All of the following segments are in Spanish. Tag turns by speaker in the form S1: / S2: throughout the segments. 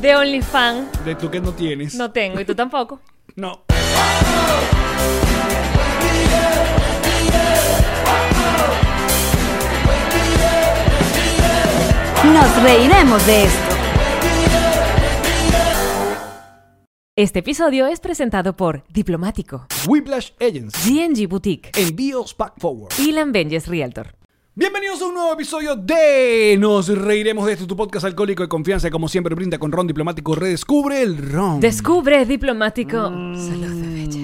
S1: de OnlyFans.
S2: De tú que no tienes.
S1: No tengo, y tú tampoco.
S2: No.
S3: Nos reiremos de esto.
S1: Este episodio es presentado por Diplomático,
S2: Whiplash Agents.
S1: GNG Boutique
S2: Envíos Pack Forward.
S1: y Lambenges Realtor.
S2: Bienvenidos a un nuevo episodio de Nos Reiremos de esto, tu podcast alcohólico de confianza, como siempre brinda con Ron Diplomático. Redescubre el Ron.
S1: Descubre Diplomático. Salud, bebés.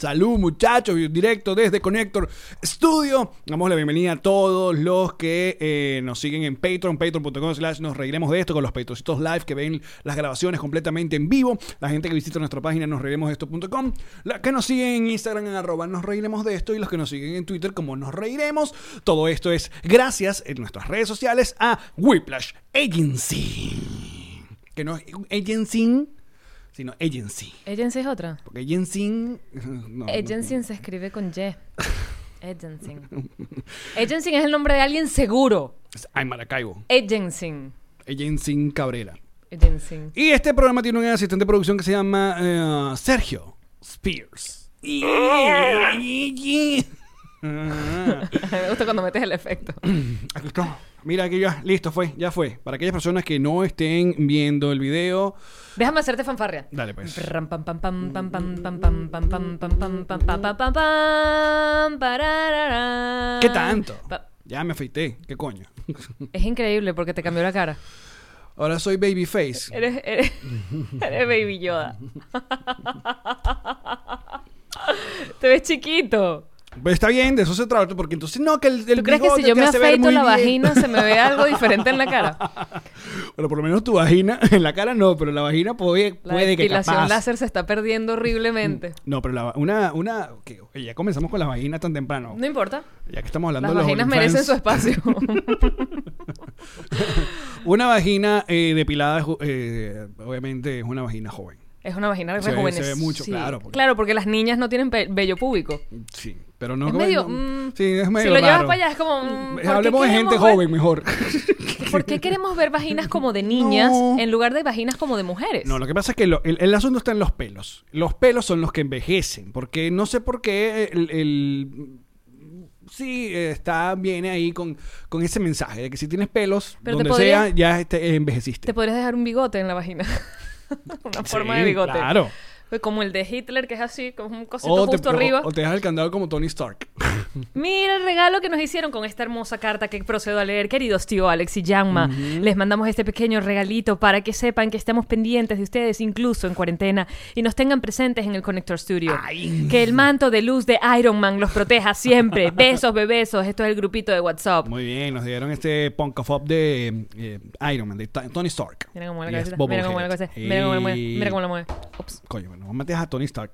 S2: Salud muchachos, directo desde Connector Studio. Damos la bienvenida a todos los que eh, nos siguen en Patreon, patreon.com slash nos reiremos de esto con los Patrocitos live que ven las grabaciones completamente en vivo. La gente que visita nuestra página nos reiremos de esto.com. La que nos siguen en Instagram en arroba nos reiremos de esto y los que nos siguen en Twitter como nos reiremos. Todo esto es gracias en nuestras redes sociales a Whiplash Agency. Que no es agency, sino agency.
S1: Agency es otra.
S2: Porque agency... no, no.
S1: Agency se escribe con Y. Agency. Agency es el nombre de alguien seguro.
S2: Ay, Maracaibo.
S1: Agency.
S2: Jensen Cabrera.
S1: Agency.
S2: Y este programa tiene un asistente de producción que se llama eh, Sergio Spears. Ah,
S1: Me gusta cuando metes el efecto.
S2: aquí está. Mira, aquí ya, listo, fue, ya fue. Para aquellas personas que no estén viendo el video,
S1: Déjame hacerte fanfarria.
S2: dale pues.
S1: Ram, pam, pam, pam, pam, pam, pam, pam, pam, pam, pam, pam, pam, pam, pam, pam, pam, parararán.
S2: ¿Qué tanto?
S1: Pa-
S2: Ya me afeité, qué coño.
S1: Es increíble porque te cambió la cara.
S2: Ahora soy Babyface.
S1: Eres, eres, eres Baby Yoda. te ves chiquito.
S2: Pero está bien, de eso se trata, porque entonces no, que el, el
S1: ¿Tú crees que
S2: bigote
S1: si yo
S2: te
S1: me
S2: hace ver
S1: afeito
S2: muy
S1: la
S2: bien?
S1: vagina se me ve algo diferente en la cara?
S2: Bueno, por lo menos tu vagina, en la cara no, pero la vagina puede,
S1: La
S2: puede que
S1: depilación
S2: capaz.
S1: láser se está perdiendo horriblemente.
S2: No, pero la, una, una, que oye, ya comenzamos con las vaginas tan temprano.
S1: No importa.
S2: Ya que estamos hablando
S1: Las
S2: de los OnlyFans.
S1: vaginas merecen su espacio.
S2: Una vagina eh, depilada, ju- eh, obviamente es una vagina joven.
S1: es una vagina
S2: Se ve- se
S1: rejuvenecida.
S2: ve mucho, claro, porque-
S1: Porque... las niñas no tienen pe- vello púbico.
S2: Sí, pero no
S1: Es
S2: como-
S1: medio,
S2: no-
S1: mm,
S2: sí, es medio
S1: si lo llevas
S2: raro. eh,
S1: para allá es como, mm, ¿por qué
S2: Hablemos de gente
S1: queremos ver-
S2: joven mejor.
S1: ¿Por qué queremos ver vaginas como de niñas
S2: No.
S1: en lugar de vaginas como de mujeres?
S2: No, lo que pasa es que lo- el, el asunto está en los pelos. Los pelos son los que envejecen, porque no sé por qué el... el- Sí, eh, está, viene ahí con, con ese mensaje de que si tienes pelos,
S1: Pero te
S2: donde
S1: podría-
S2: sea, ya este, envejeciste.
S1: Te podrías dejar un bigote en la vagina. Una forma
S2: Sí,
S1: de bigote.
S2: Claro.
S1: Pues Como el de Hitler, que es así, con un cosito
S2: O te,
S1: justo arriba.
S2: o- o te dejas el candado como Tony Stark.
S1: Mira el regalo que nos hicieron con esta hermosa carta que procedo a leer, queridos tío Alex y Yanma. Les mandamos este pequeño regalito para que sepan que estamos pendientes de ustedes, incluso en cuarentena, y nos tengan presentes en el Connector Studio. Que el manto de luz de Iron Man los proteja siempre. Besos, bebesos. Esto es el grupito de WhatsApp.
S2: Muy bien, nos dieron este punk of up de eh, Iron Man, de Ta- Tony Stark.
S1: Mira cómo mueve
S2: Y
S1: la
S2: es
S1: cabecita.
S2: Bobo
S1: Mira cómo mueve la
S2: Head.
S1: cabecita. Mira cómo la mueve.
S2: Y-
S1: Mira cómo la mueve. Ups.
S2: Coño, bueno, no mates a Tony Stark.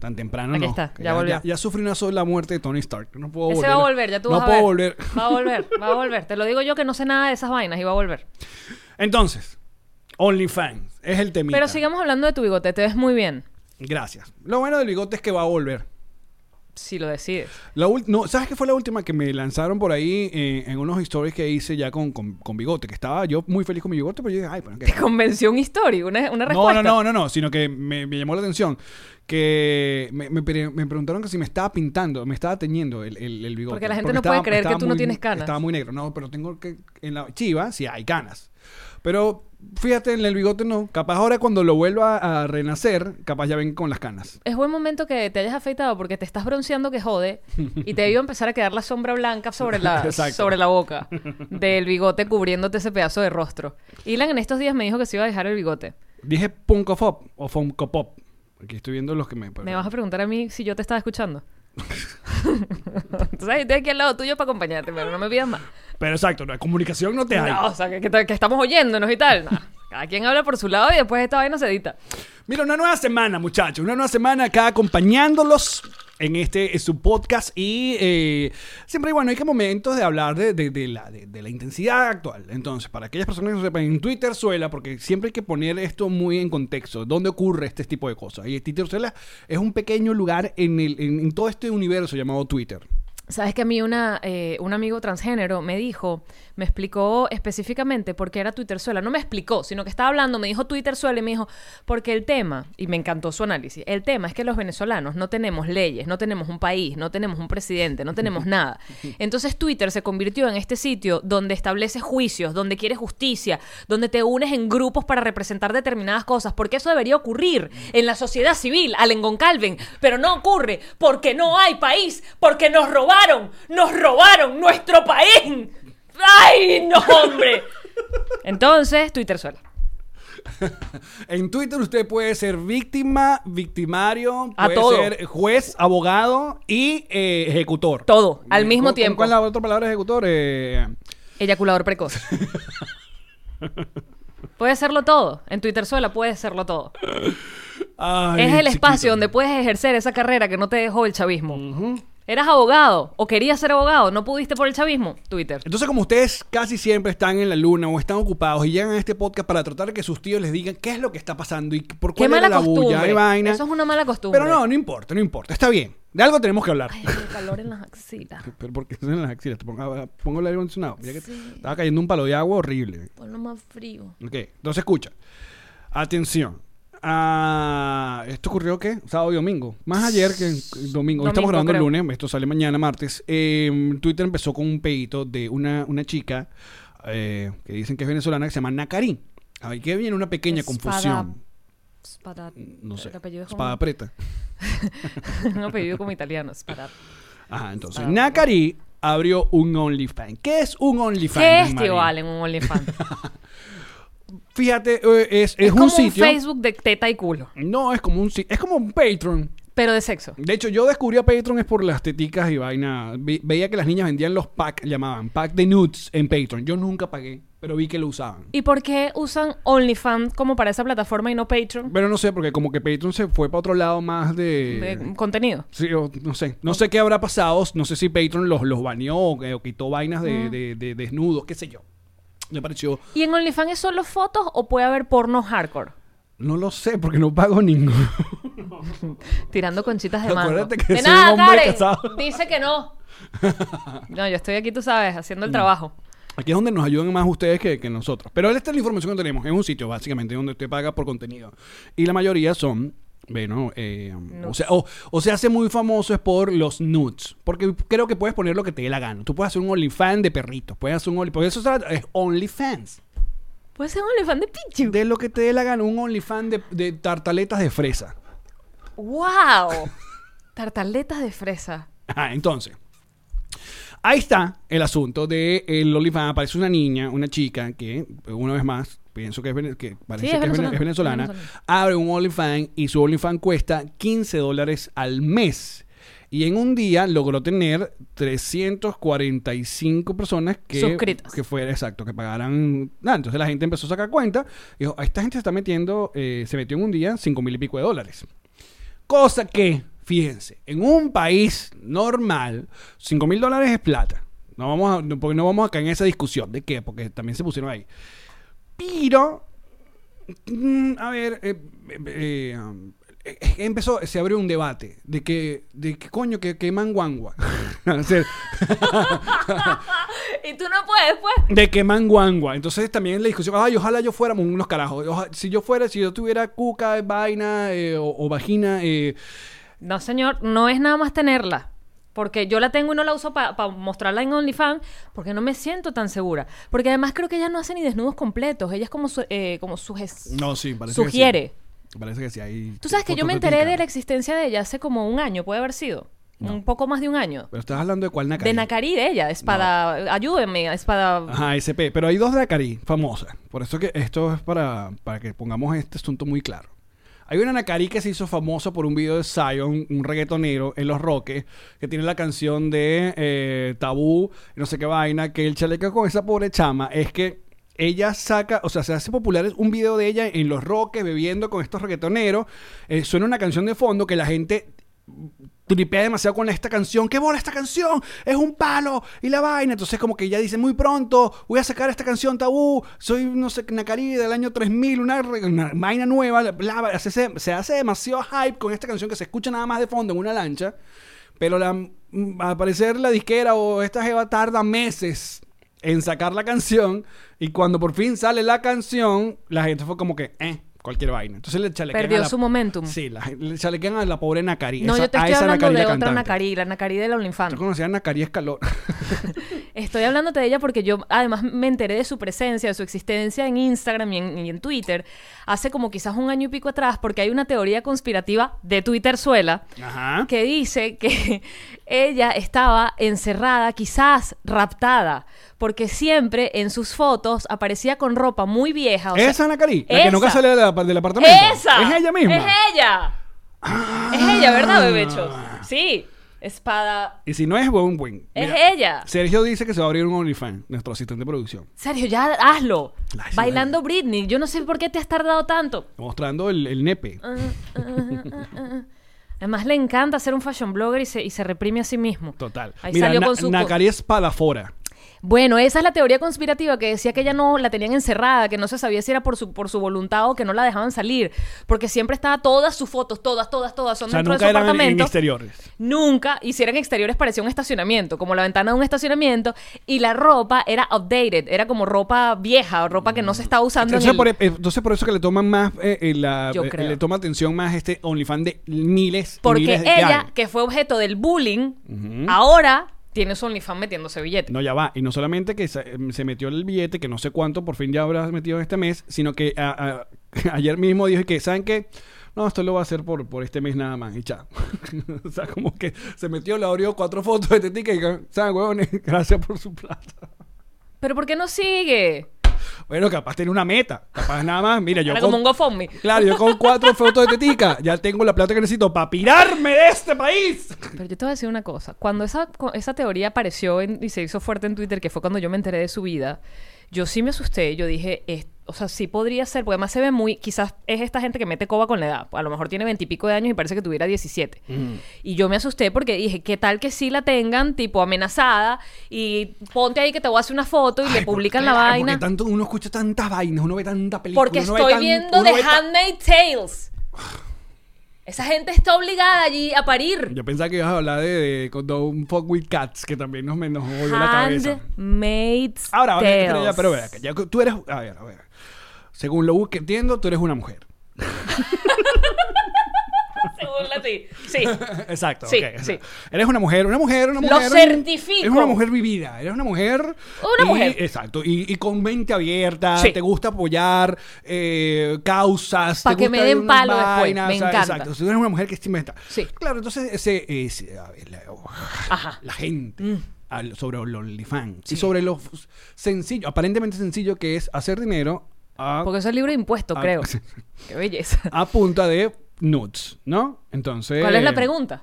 S2: Tan temprano
S1: Aquí
S2: no.
S1: está,
S2: que
S1: ya volvió.
S2: Ya, ya sufrí una sola muerte de Tony Stark. No puedo
S1: Ese
S2: volver.
S1: va a volver, ya tú
S2: No
S1: vas a
S2: puedo
S1: ver.
S2: volver.
S1: Va a volver, va a volver. Te lo digo yo que no sé nada de esas vainas y va a volver.
S2: Entonces, OnlyFans es el temita.
S1: Pero sigamos hablando de tu bigote, te ves muy bien.
S2: Gracias. Lo bueno del bigote es que va a volver.
S1: Si lo decides.
S2: La ul- no, ¿Sabes qué fue la última que me lanzaron por ahí eh, en unos stories que hice ya con, con, con bigote? Que estaba yo muy feliz con mi bigote, pero yo dije, ay, pero qué
S1: Te convenció un story, una, una
S2: No, no,
S1: respuesta.
S2: no, no, no, sino que me, me llamó la atención que me, me pre- me preguntaron que si me estaba pintando, me estaba teñiendo el, el, el bigote.
S1: Porque la gente no puede creer que tú no
S2: muy-
S1: tienes canas.
S2: Estaba muy negro, no, pero tengo que en la chiva sí hay canas. Pero fíjate en el bigote no, capaz ahora cuando lo vuelva a renacer, capaz ya ven con las canas.
S1: Es buen momento que te hayas afeitado porque te estás bronceando que jode y te iba a empezar a quedar la sombra blanca sobre la,
S2: Exacto.
S1: sobre la boca del bigote cubriéndote ese pedazo de rostro. Ilan en estos días me dijo que se iba a dejar el bigote.
S2: Dije Funko Pop o Funko Pop. Aquí estoy viendo los que me
S1: Me vas a preguntar a mí si yo te estaba escuchando. Tú sabes, estoy aquí al lado tuyo para acompañarte, pero no me pidas más.
S2: Pero exacto, la comunicación no te hay.
S1: No, o sea, que, que- que estamos oyéndonos y tal. No. Cada quien habla por su lado y después esta vaina se edita.
S2: Mira, una nueva semana, muchachos. Una nueva semana acá acompañándolos en este en su podcast. Y eh, siempre, bueno, hay que momentos de hablar de, de- de la, de- de la intensidad actual. Entonces, para aquellas personas que no sepan, en Twitter suela, porque siempre hay que poner esto muy en contexto, dónde ocurre este tipo de cosas. Y Twitter suela es un pequeño lugar en, el, en- en todo este universo llamado Twitter.
S1: Sabes que a mí una, eh, un amigo transgénero me dijo, me explicó específicamente por qué era Twitter suela. No me explicó, sino que estaba hablando, me dijo Twitter suela y me dijo, porque el tema, y me encantó su análisis, el tema es que los venezolanos no tenemos leyes, no tenemos un país, no tenemos un presidente, no tenemos nada. Entonces Twitter se convirtió en este sitio donde estableces juicios, donde quieres justicia, donde te unes en grupos para representar determinadas cosas, porque eso debería ocurrir en la sociedad civil, Alengón Calvin, pero no ocurre porque no hay país, porque nos robaron, nos robaron nuestro país. ¡Ay, no, hombre! Entonces, Twitter sola.
S2: En Twitter usted puede ser víctima, victimario,
S1: A
S2: puede
S1: todo.
S2: ser juez, abogado y eh, ejecutor.
S1: Todo, al mismo
S2: ¿Cuál-
S1: tiempo.
S2: ¿Cuál es la otra palabra de ejecutor? Eh,
S1: Eyaculador precoz. Puede serlo todo. En Twitter sola puede serlo todo.
S2: ay,
S1: es el
S2: chiquito.
S1: espacio donde puedes ejercer esa carrera que no te dejó el chavismo. Eras abogado o querías ser abogado, no pudiste por el chavismo. Twitter.
S2: Entonces, como ustedes casi siempre están en la luna o están ocupados y llegan a este podcast para tratar de que sus tíos les digan qué es lo que está pasando y por
S1: Qué
S2: cuál era
S1: mala
S2: la bulla
S1: costumbre.
S2: y vaina.
S1: Eso es una mala costumbre.
S2: Pero no, no importa, no importa. Está bien. De algo tenemos que hablar.
S1: Ay, el calor en las axilas.
S2: Pero porque son en las axilas. Te pongo, pongo el aire acondicionado. Mira que estaba cayendo un palo de agua horrible.
S1: Ponlo más frío.
S2: Ok, entonces escucha. Atención. Ah, ¿Esto ocurrió qué? Sábado y domingo. Más ayer que el domingo. Hoy
S1: Domingo,
S2: estamos grabando
S1: creo.
S2: el lunes, esto sale mañana, martes. Eh, Twitter empezó con un pedito de una, una chica eh, que dicen que es venezolana que se llama Nakarín. Ahí que viene una pequeña
S1: Es
S2: confusión.
S1: Spada.
S2: No sé.
S1: El apellido es como-
S2: Espada preta.
S1: un apellido como italiano. Spada.
S2: Ajá, entonces. Nakarí abrió un OnlyFans. ¿Qué es un OnlyFans?
S1: ¿Qué es, tío
S2: María?
S1: Allen, un OnlyFans?
S2: Fíjate, eh, es, es,
S1: es
S2: un
S1: como
S2: sitio.
S1: un Facebook de teta y culo,
S2: No, es como un si- es como un Patreon.
S1: pero de sexo.
S2: De hecho, yo descubrí a Patreon es por las teticas y vaina. Ve- veía que las niñas vendían los packs, llamaban pack de nudes en Patreon. Yo nunca pagué, pero vi que lo usaban.
S1: ¿Y por qué usan OnlyFans como para esa plataforma y no Patreon?
S2: Pero no sé, porque como que Patreon se fue para otro lado más
S1: De
S2: de...
S1: contenido.
S2: Sí, o no sé. No sé qué habrá pasado. No sé si Patreon los, los baneó o, que- o quitó vainas de, de- de desnudos, qué sé yo. Me pareció...
S1: ¿Y en OnlyFans es solo fotos o puede haber porno hardcore?
S2: No lo sé, porque no pago ninguno.
S1: Tirando conchitas de mango.
S2: Acuérdate que
S1: de
S2: soy
S1: nada,
S2: un hombre
S1: Karen.
S2: casado.
S1: Dice que no. No, yo estoy aquí, tú sabes, haciendo
S2: Mm.
S1: el trabajo.
S2: Aquí es donde nos ayudan más ustedes que, que nosotros. Pero esta es la información que tenemos. Es un sitio, básicamente, donde usted paga por contenido. Y la mayoría son, bueno, eh, o, sea, o, o se hace muy famoso es por los nudes. Porque creo que puedes poner lo que te dé la gana. Tú puedes hacer un OnlyFans de perritos. Puedes hacer un OnlyFans. Porque eso se- es OnlyFans.
S1: Puede ser un OnlyFans de Pichu.
S2: De lo que te dé la gana. Un OnlyFans de, de tartaletas de fresa.
S1: ¡Wow! Tartaletas de fresa.
S2: Ajá, Ah, entonces. Ahí está el asunto de eh, el OnlyFans. Aparece una niña, una chica que, una vez más, pienso que es, vene- que parece
S1: es
S2: que es vene-
S1: venezolana,
S2: es venezolana,
S1: es venezolana.
S2: abre un OnlyFans y su OnlyFans cuesta 15 dólares al mes. Y en un día logró tener 345 personas que...
S1: Suscritas.
S2: Que fuera, exacto, que pagaran... nada, entonces la gente empezó a sacar cuenta. Y dijo, esta gente se está metiendo, eh, se metió en un día 5 mil y pico de dólares. Cosa que, fíjense, en un país normal, 5 mil dólares es plata. No vamos a, no, porque no vamos a caer en esa discusión de qué, porque también se pusieron ahí. Pero, mm, a ver, eh, eh, eh, um, eh, eh, empezó, se abrió un debate de que, de que coño, que, que manguangua. O sea,
S1: ¿Y tú no puedes, pues?
S2: de que manguangua. Entonces también la discusión, ay, ojalá yo fuéramos unos carajos. Oja- si yo fuera, si yo tuviera cuca, vaina eh, o, o vagina, eh,
S1: No, señor, no es nada más tenerla. Porque yo la tengo y no la uso para mostrarla en OnlyFans porque no me siento tan segura. Porque además creo que ella no hace ni desnudos completos. Ella es como, su- eh, como suges-
S2: No, sí, parece
S1: Sugiere.
S2: que sí. Parece que sí. Hay
S1: Tú sabes que yo
S2: fotos
S1: me enteré
S2: tetica.
S1: de la existencia de ella hace como un año, puede haber sido. Un poco más de un año.
S2: Pero estás hablando de cuál Nakari.
S1: De Nakari, de ella. Espada. Ayúdenme, espada.
S2: Ajá, SP. Pero hay dos Nakari famosas. Por eso que esto es para, para que pongamos este asunto muy claro. Hay una Nakari que se hizo famosa por un video de Zion, un reggaetonero en Los Roques, que tiene la canción de eh, Tabú, no sé qué vaina, que el chaleco con esa pobre chama es que ella saca, o sea, se hace popular un video de ella en Los Roques bebiendo con estos reggaetoneros. eh, suena una canción de fondo que la gente tripea demasiado con esta canción. ¡Qué bola esta canción! ¡Es un palo! Y la vaina. Entonces, como que ella dice muy pronto, voy a sacar esta canción tabú. Soy, no sé, Nakari del año 3000, una, re- una vaina nueva. bla, bla, se, hace- se hace demasiado hype con esta canción que se escucha nada más de fondo en una lancha. Pero la, mm, al parecer la disquera o esta jeva tarda meses en sacar la canción. Y cuando por fin sale la canción, la gente fue como que, eh, cualquier vaina. Entonces le chalequean
S1: Perdió
S2: a la-
S1: su momentum.
S2: Sí, la, le chalequean a la pobre Nakari.
S1: No,
S2: Esa-
S1: yo te
S2: a
S1: estoy
S2: esa
S1: hablando
S2: Nakari la
S1: de otra
S2: cantante.
S1: Nacarí, la Nacarí de la Olinfante.
S2: Yo conocía a Nakari Escalón.
S1: Estoy hablándote de ella porque yo además me enteré de su presencia, de su existencia en Instagram y en, y en Twitter hace como quizás un año y pico atrás porque hay una teoría conspirativa de Twitter suela
S2: Ajá.
S1: que dice que ella estaba encerrada, quizás raptada, porque siempre en sus fotos aparecía con ropa muy vieja. o sea-
S2: ¿Esa Nakari? La que
S1: Ah, Esa.
S2: nunca sale de la- del apartamento.
S1: ¡Esa!
S2: Es ella misma. Ah.
S1: ¡Es ella! Es ella, ¿verdad, bebechos? Sí. Espada.
S2: Y si no es buen buen.
S1: Es
S2: Mira,
S1: ella.
S2: Sergio dice que se va a abrir un OnlyFans, nuestro asistente de producción.
S1: Sergio, ya hazlo.
S2: Ay, sí,
S1: Bailando Britney. Yo no sé por qué te has tardado tanto.
S2: Mostrando el, el nepe.
S1: Ah. Además, le encanta ser un fashion blogger y se, y se reprime a sí mismo.
S2: Total.
S1: Ahí
S2: Mira,
S1: salió
S2: Na-
S1: con su. co-
S2: Nakari Espadafora.
S1: Bueno, esa es la teoría conspirativa que decía que ella no la tenían encerrada, que no se sabía si era por su, por su voluntad o que no la dejaban salir. Porque siempre estaba todas sus fotos, todas, todas, todas, son
S2: O sea,
S1: dentro de
S2: nunca
S1: su
S2: eran en- en
S1: apartamento.
S2: exteriores.
S1: Nunca hicieran exteriores, parecía un estacionamiento, como la ventana de un estacionamiento, y la ropa era outdated, era como ropa vieja o ropa que no se estaba usando. en
S2: Entonces
S1: el-
S2: por, e, eh, entonces por eso que le toman más eh, eh, la,
S1: Yo
S2: eh,
S1: creo.
S2: le toma atención más este OnlyFans de miles y
S1: Porque
S2: e- miles de
S1: ella,
S2: hay.
S1: que fue objeto del bullying, ahora tiene su OnlyFans metiéndose billete.
S2: No, ya va. Y no solamente que se, em, se metió el billete, que no sé cuánto por fin ya habrás metido este mes, sino que a- a- ayer mismo dijo que, ¿saben qué? No, esto lo va a hacer por, por este mes nada más y chao. o sea, como que se metió, le abrió cuatro fotos de tetica y, ¿saben, huevones? Gracias por su plata.
S1: Pero ¿por qué no sigue?
S2: Bueno, capaz tiene una meta. Capaz nada más. Mira, yo.
S1: Era
S2: con-
S1: como un GoFundMe.
S2: Claro, yo con cuatro fotos de tetica ya tengo la plata que necesito para pirarme de este país.
S1: Pero yo te voy a decir una cosa. Cuando esa, cu- esa teoría apareció en- y se hizo fuerte en Twitter, que fue cuando yo me enteré de su vida, yo sí me asusté. Yo dije, "Es- o sea, sí podría ser, porque además se ve muy. Quizás es esta gente que mete coba con la edad. A lo mejor tiene veintipico de años y parece que tuviera 17.
S2: Mm.
S1: Y yo me asusté porque dije, ¿qué tal que sí la tengan, tipo amenazada? Y ponte ahí que te voy a hacer una foto y le publican la
S2: Claro,
S1: vaina.
S2: Porque tanto, uno escucha tantas vainas, uno ve tanta película.
S1: Porque
S2: uno ve
S1: estoy
S2: tan-
S1: viendo
S2: uno
S1: The
S2: ve tan-
S1: Handmaid's Tales. Esa gente está obligada allí a parir.
S2: Yo pensaba que ibas a hablar de, de, con todo un fuck with cats que también nos, me- nos volvió la cabeza.
S1: Handmaid's
S2: Ahora, ahora,
S1: Tales.
S2: pero ya, pero ven acá, ya que tú eres, a ver, a ver. Según lo que entiendo, tú eres una mujer.
S1: Según la ti. Sí.
S2: Exacto.
S1: Sí,
S2: ok, o sea,
S1: sí.
S2: Eres una mujer, una mujer, una
S1: Lo
S2: mujer. un-
S1: certifico.
S2: Eres una mujer vivida, eres una mujer. y-
S1: Una mujer.
S2: Exacto. Y, y con mente abierta,
S1: Sí.
S2: te gusta apoyar eh, causas.
S1: Pa'
S2: te
S1: que
S2: gusta
S1: me den
S2: unas
S1: palo después, me encanta.
S2: Exacto. Tú eres una mujer que se inventa.
S1: Sí.
S2: Claro, entonces, ese, ese- a ver, la, oh, la gente.
S1: Mm.
S2: al- sobre el OnlyFans y sobre lo f- sencillo, aparentemente sencillo que es hacer dinero a
S1: Porque eso es libre de impuesto,
S2: Ah,
S1: creo.
S2: sí.
S1: Qué belleza.
S2: a punta de nudes, ¿no? Entonces.
S1: ¿Cuál es la pregunta?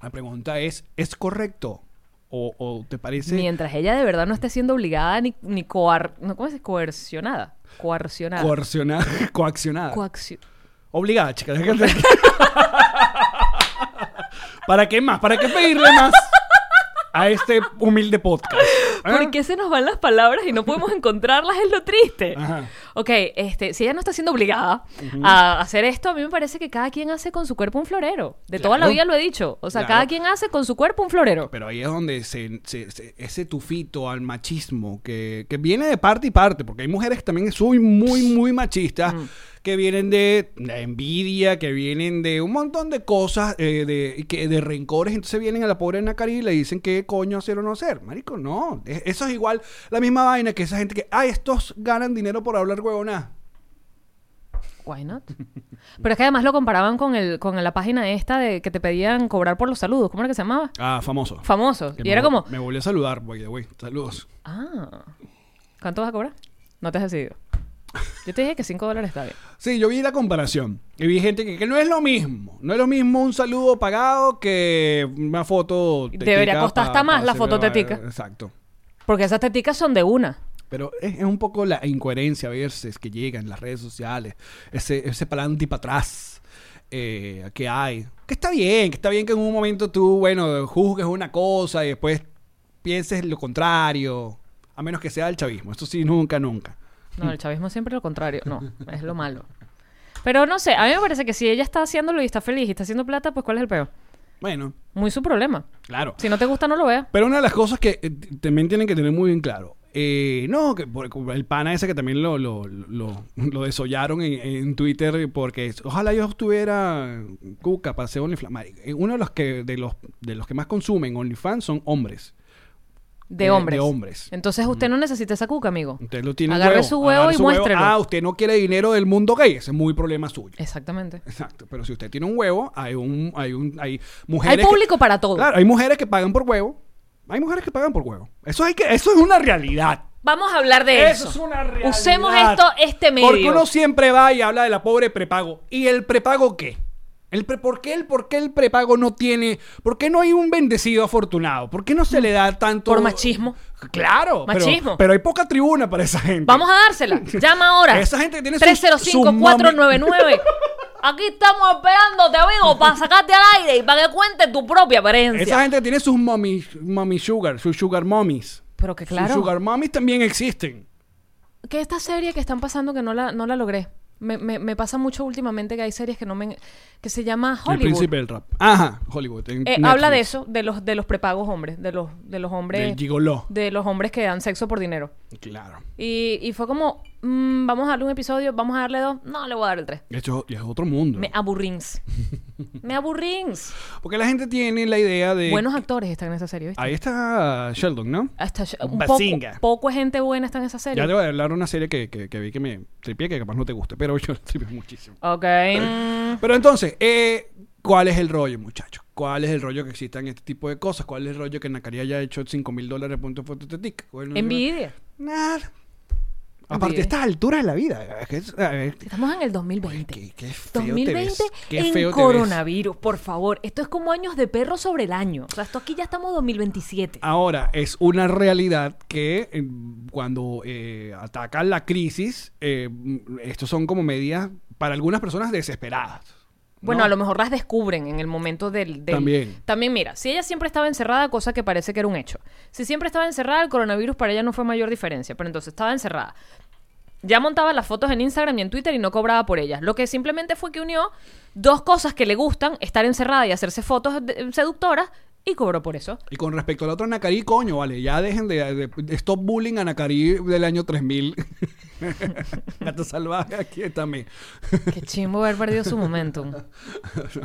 S2: La pregunta es: ¿es correcto? ¿O, o te parece.?
S1: Mientras ella de verdad no esté siendo obligada ni, ni coar... ¿no? ¿Cómo se dice? Coercionada. Coercionada.
S2: Coaccionada. coaccionada.
S1: Coaccio-
S2: Obligada, chicas. ¿Para qué más? ¿Para qué pedirle más a este humilde podcast? ¿Ah?
S1: ¿Por qué se nos van las palabras y no podemos encontrarlas? Es lo triste.
S2: Ajá.
S1: Ok, este, si ella no está siendo obligada a hacer esto, a mí me parece que cada quien hace con su cuerpo un florero. De toda la
S2: Claro.
S1: vida lo he dicho. O sea,
S2: Claro.
S1: cada quien hace con su cuerpo un florero.
S2: Pero ahí es donde se- se- se- ese tufito al machismo que, que viene de parte y parte, porque hay mujeres que también son muy, muy machistas,
S1: Mm.
S2: que vienen de la envidia, que vienen de un montón de cosas, eh, de, y que, de rencores, entonces vienen a la pobre Nakari y le dicen qué coño hacer o no hacer. Marico, no. Es- eso es igual la misma vaina que esa gente que, ay, estos ganan dinero por hablar huevona.
S1: Why not? Pero es que además lo comparaban con el con la página esta de que te pedían cobrar por los saludos. ¿Cómo era que se llamaba?
S2: Ah, famoso.
S1: Famosos.
S2: Que
S1: Y
S2: me
S1: era
S2: vol-
S1: como,
S2: Me volvió a saludar, güey, güey. Saludos.
S1: ah, ¿cuánto vas a cobrar? No te has decidido. Yo te dije que 5 dólares está bien.
S2: Sí, yo vi la comparación. Y vi gente que, que no es lo mismo. No es lo mismo un saludo pagado que una foto.
S1: Y debería
S2: tetica
S1: costar
S2: pa-
S1: hasta más
S2: pa-
S1: la
S2: sí,
S1: foto
S2: pero,
S1: tetica.
S2: eh, Exacto.
S1: Porque esas teticas son de una.
S2: Pero es, es un poco la incoherencia a veces que llega en las redes sociales. Ese, ese para adelante y para atrás eh, que hay. Que está bien, que está bien que en un momento tú, bueno, juzgues una cosa y después pienses lo contrario. A menos que sea el chavismo. Esto sí, nunca, nunca.
S1: No, el chavismo es siempre lo contrario. No, es lo malo. Pero no sé, a mí me parece que si ella está haciéndolo y está feliz y está haciendo plata, pues ¿cuál es el peor?
S2: Bueno,
S1: Muy su problema.
S2: claro.
S1: Si no te gusta, no lo veas.
S2: Pero una de las cosas que eh, t- también tienen que tener muy bien claro. eh, no, que por- como el pana ese que también lo, lo, lo, lo desollaron en, en Twitter porque es, ojalá yo estuviera cuca para hacer OnlyFans. Marico, eh, Uno de los que de los de los que más consumen OnlyFans son hombres.
S1: De
S2: Eh,
S1: hombres.
S2: de hombres. Mm.
S1: Entonces usted no necesita esa cuca, amigo.
S2: Usted lo tiene
S1: Agarre su huevo
S2: agarre
S1: y
S2: su
S1: muéstrelo.
S2: Ah, usted no quiere dinero del mundo gay, ese es muy problema suyo.
S1: Exactamente.
S2: Exacto, pero si usted tiene un huevo, hay un hay un hay mujeres que-
S1: público para todo.
S2: Claro, hay mujeres que pagan por huevo. Hay mujeres que pagan por huevo. Eso hay que eso es una realidad.
S1: Vamos a hablar de eso.
S2: es una realidad.
S1: Usemos esto, este medio.
S2: Porque uno siempre va y habla de la pobre prepago. ¿Y el prepago qué? El pre- ¿por, qué el, ¿Por qué el prepago no tiene.? ¿Por qué no hay un bendecido afortunado? ¿Por qué no se le da tanto.
S1: Mm. Por machismo.
S2: Claro. pero- Pero,
S1: Machismo.
S2: hay poca tribuna para esa gente.
S1: Vamos a dársela. Llama ahora.
S2: Esa gente que tiene su-
S1: 305-499. Aquí estamos esperando, te amigo, para sacarte al aire y para que cuentes tu propia
S2: Esa
S1: experiencia.
S2: gente que tiene sus mommy, mommy sugar, sus sugar mommies.
S1: Pero que claro.
S2: Sus sugar mommies también existen.
S1: que esta serie que están pasando que no la, no la logré. Me, me- me pasa mucho últimamente que hay series que no me que se llama
S2: El
S1: Hollywood.
S2: príncipe del rap. Ajá, Hollywood. en
S1: Eh,
S2: Netflix.
S1: habla de eso, de los de los prepagos hombres, de los de los hombres
S2: Del gigoló.
S1: de los hombres que dan sexo por dinero.
S2: Claro.
S1: Y, y fue como, mm, vamos a darle un episodio, vamos a darle dos, no le voy a dar el tres.
S2: Esto es otro mundo.
S1: Me aburrins. Me aburrins.
S2: Porque la gente tiene la idea de.
S1: Buenos actores están en esa serie, ¿viste?
S2: Ahí está Sheldon, ¿no?
S1: Hasta sh- un poco,
S2: Bazinga.
S1: poco gente buena está en esa serie.
S2: Ya te voy a hablar de una serie que, que, que vi que me tripié, que capaz no te guste, pero yo la tripié muchísimo.
S1: Ok. mm.
S2: Pero entonces, eh, ¿cuál es el rollo, muchachos? ¿Cuál es el rollo que existan este tipo de cosas? ¿Cuál es el rollo que Nacaria haya hecho 5 mil dólares punto foto tetic? Bueno,
S1: Envidia.
S2: Nada. Aparte,
S1: Envidia.
S2: estas alturas de la vida. es que es- a ver,
S1: Estamos en el 2020.
S2: Qué- qué feo te
S1: 2020
S2: ves. Qué
S1: en
S2: feo te ves.
S1: coronavirus, por favor. Esto es como años de perro sobre el año. O sea, esto aquí ya estamos 2027.
S2: Ahora, es una realidad que eh, cuando eh, ataca la crisis, eh, mm, estos son como medidas para algunas personas desesperadas. ¿no?
S1: Bueno, a lo mejor las descubren en el momento del, del-
S2: También.
S1: También, mira, si ella siempre estaba encerrada, cosa que parece que era un hecho. Si siempre estaba encerrada, el coronavirus para ella no fue mayor diferencia, pero entonces estaba encerrada. Ya montaba las fotos en Instagram y en Twitter y no cobraba por ellas. Lo que simplemente fue que unió dos cosas que le gustan, estar encerrada y hacerse fotos de- seductoras, y cobró por eso.
S2: Y con respecto a la otra Nacarí, coño, vale, ya dejen de, de- de- stop bullying a Nacarí del año 3000. Gato salvaje, aquí también.
S1: Qué chimbo haber perdido su momentum.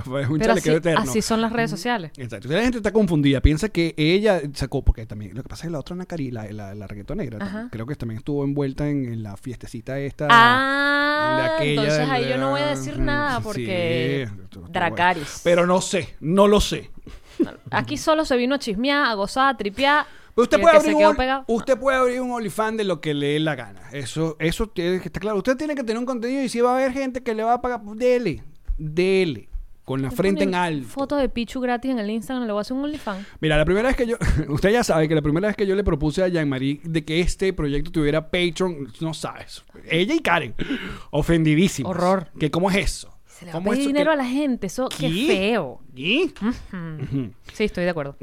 S2: Fue un
S1: Pero
S2: chalequeo
S1: así,
S2: eterno.
S1: así son las redes sociales.
S2: Exacto. La gente está confundida. Piensa que ella sacó, porque también lo que pasa es que la otra Nacarí, la, la, la reggaetonera,
S1: Ajá.
S2: tam- creo que también estuvo envuelta en, en la fiestecita esta. de
S1: Ah,
S2: aquella
S1: entonces
S2: del-
S1: ahí yo no voy a decir
S2: Ujú,
S1: nada
S2: sí,
S1: porque
S2: sí, esto no está
S1: Dracaris.
S2: bueno. Pero no sé, no lo sé.
S1: Aquí solo se vino a chismear, a gozar, a tripear.
S2: Pero usted
S1: y el
S2: puede,
S1: que
S2: abrir
S1: se
S2: un,
S1: quedó
S2: Only-
S1: pegado-
S2: usted puede abrir un OnlyFans de lo que le dé la gana. Eso eso tiene que estar claro. Usted tiene que tener un contenido y si va a haber gente que le va a pagar, pues, dele, dele, con la
S1: Yo
S2: frente en
S1: ponía
S2: alto.
S1: Foto de Pichu gratis en el Instagram, le voy a hacer un OnlyFans.
S2: Mira, la primera vez que yo, usted ya sabe que la primera vez que yo le propuse a Jean-Marie de que este proyecto tuviera Patreon, no sabes. Ella y Karen, ofendidísimas.
S1: Horror.
S2: Que cómo es eso.
S1: Se le va a
S2: ¿Cómo
S1: pedir
S2: eso que-
S1: dinero a ¿Mm? la gente, eso qué
S2: ¿Qué?
S1: feo.
S2: ¿Y?
S1: Sí, estoy de acuerdo.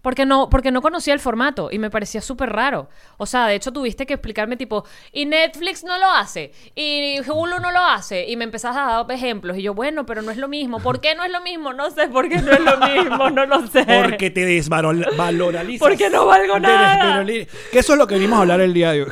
S1: Porque no, porque no conocía el formato y me parecía súper raro. O sea, de hecho tuviste que explicarme tipo, y Netflix no lo hace, y Hulu no lo hace, y me empezás a dar ejemplos. Y yo, bueno, pero no es lo mismo. ¿Por qué no es lo mismo? No sé, ¿por qué no es lo mismo? No lo sé.
S2: Porque te desvaloralizas.
S1: Porque no valgo
S2: Te
S1: nada.
S2: desvaloriz- Que eso es lo que venimos a hablar el día de hoy.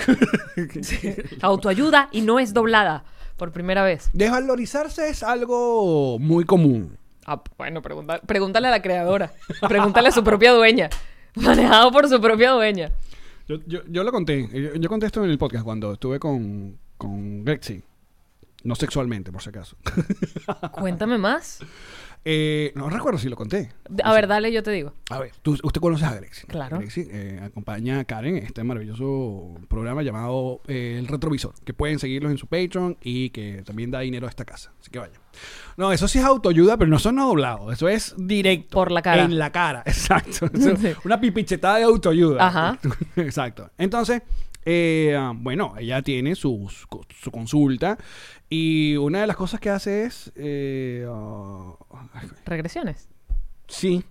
S1: Autoayuda y no es doblada por primera vez.
S2: Desvalorizarse es algo muy común.
S1: Ah, bueno, pregunta- pregúntale a la creadora. Pregúntale a su propia dueña. Manejado por su propia dueña.
S2: Yo, yo, yo lo conté. Yo, yo conté esto en el podcast cuando estuve con, con Grexy. No sexualmente, por si acaso.
S1: Cuéntame más.
S2: Eh, no recuerdo si lo conté.
S1: A ver, dale, yo te digo.
S2: A ver, ¿tú- usted conoce a Grexi.
S1: Claro.
S2: Grexi eh, acompaña a Karen en este maravilloso programa llamado eh, El Retrovisor, que pueden seguirlos en su Patreon y que también da dinero a esta casa. Así que vayan. No, eso sí es autoayuda, pero no son doblados. Eso es directo.
S1: Por la cara.
S2: En la cara, exacto. Eso, Una pipichetada de autoayuda.
S1: Ajá.
S2: exacto. Entonces, eh, ah, bueno, ella tiene su, su consulta y una de las cosas que hace es... eh, ah,
S1: Regresiones.
S2: sí.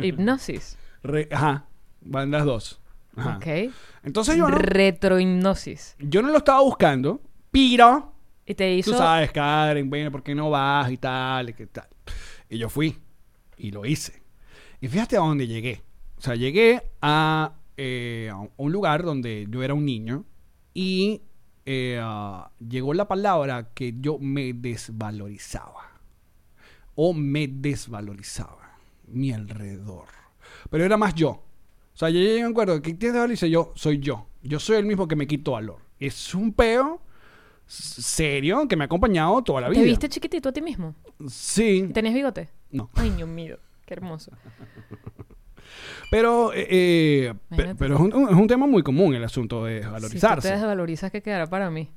S1: Hipnosis.
S2: Re- ajá, van las dos. Ajá.
S1: Ok.
S2: Entonces yo no,
S1: Retrohipnosis.
S2: yo no lo estaba buscando, pero
S1: Y te hizo.
S2: tú sabes, Karen, bueno, ¿por qué no vas y tal, y qué tal? Y yo fui y lo hice. Y fíjate a dónde llegué. O sea, llegué a, eh, a un- un lugar donde yo era un niño y eh, ah, llegó la palabra que yo me desvalorizaba. O me desvalorizaba mi alrededor. Pero era más yo. O sea, yo llegué a un acuerdo que tienes valor y dice yo, soy yo. Yo soy el mismo que me quito valor. Es un peo s- serio que me ha acompañado toda la vida.
S1: Te viste chiquitito a ti mismo.
S2: Sí.
S1: ¿Tenías bigote?
S2: No.
S1: Ay, Dios mío. Qué hermoso.
S2: Pero, eh, eh, pe-
S1: Imagínate.
S2: pero es, un, un- es un tema muy común el asunto de
S1: Si tú te
S2: valorizarse.
S1: desvalorizas, ¿qué quedará para mí?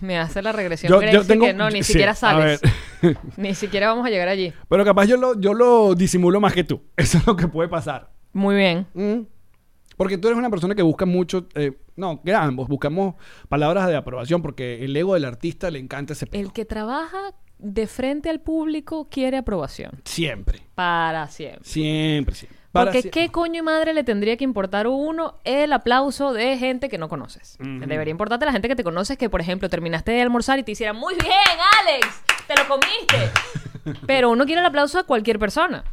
S1: Me hace la regresión
S2: Yo- yo
S1: Gracie,
S2: tengo-
S1: que no, ni
S2: sí,
S1: siquiera
S2: a
S1: sales.
S2: ver.
S1: Ni siquiera vamos a llegar allí.
S2: pero capaz yo lo, yo lo disimulo más que tú. Eso es lo que puede pasar.
S1: Muy bien.
S2: Mm. Porque tú eres una persona que busca mucho, eh, no, que ambos buscamos palabras de aprobación porque el ego del artista le encanta ese peo.
S1: El que trabaja de frente al público quiere aprobación.
S2: Siempre,
S1: Para siempre.
S2: siempre, siempre. Para
S1: Porque
S2: sie-
S1: qué coño y madre le tendría que importar a uno el aplauso de gente que no conoces. Debería importarte la gente que te conoces, que por ejemplo terminaste de almorzar y te hiciera muy bien, Alex, te lo comiste. Pero uno quiere el aplauso de cualquier persona.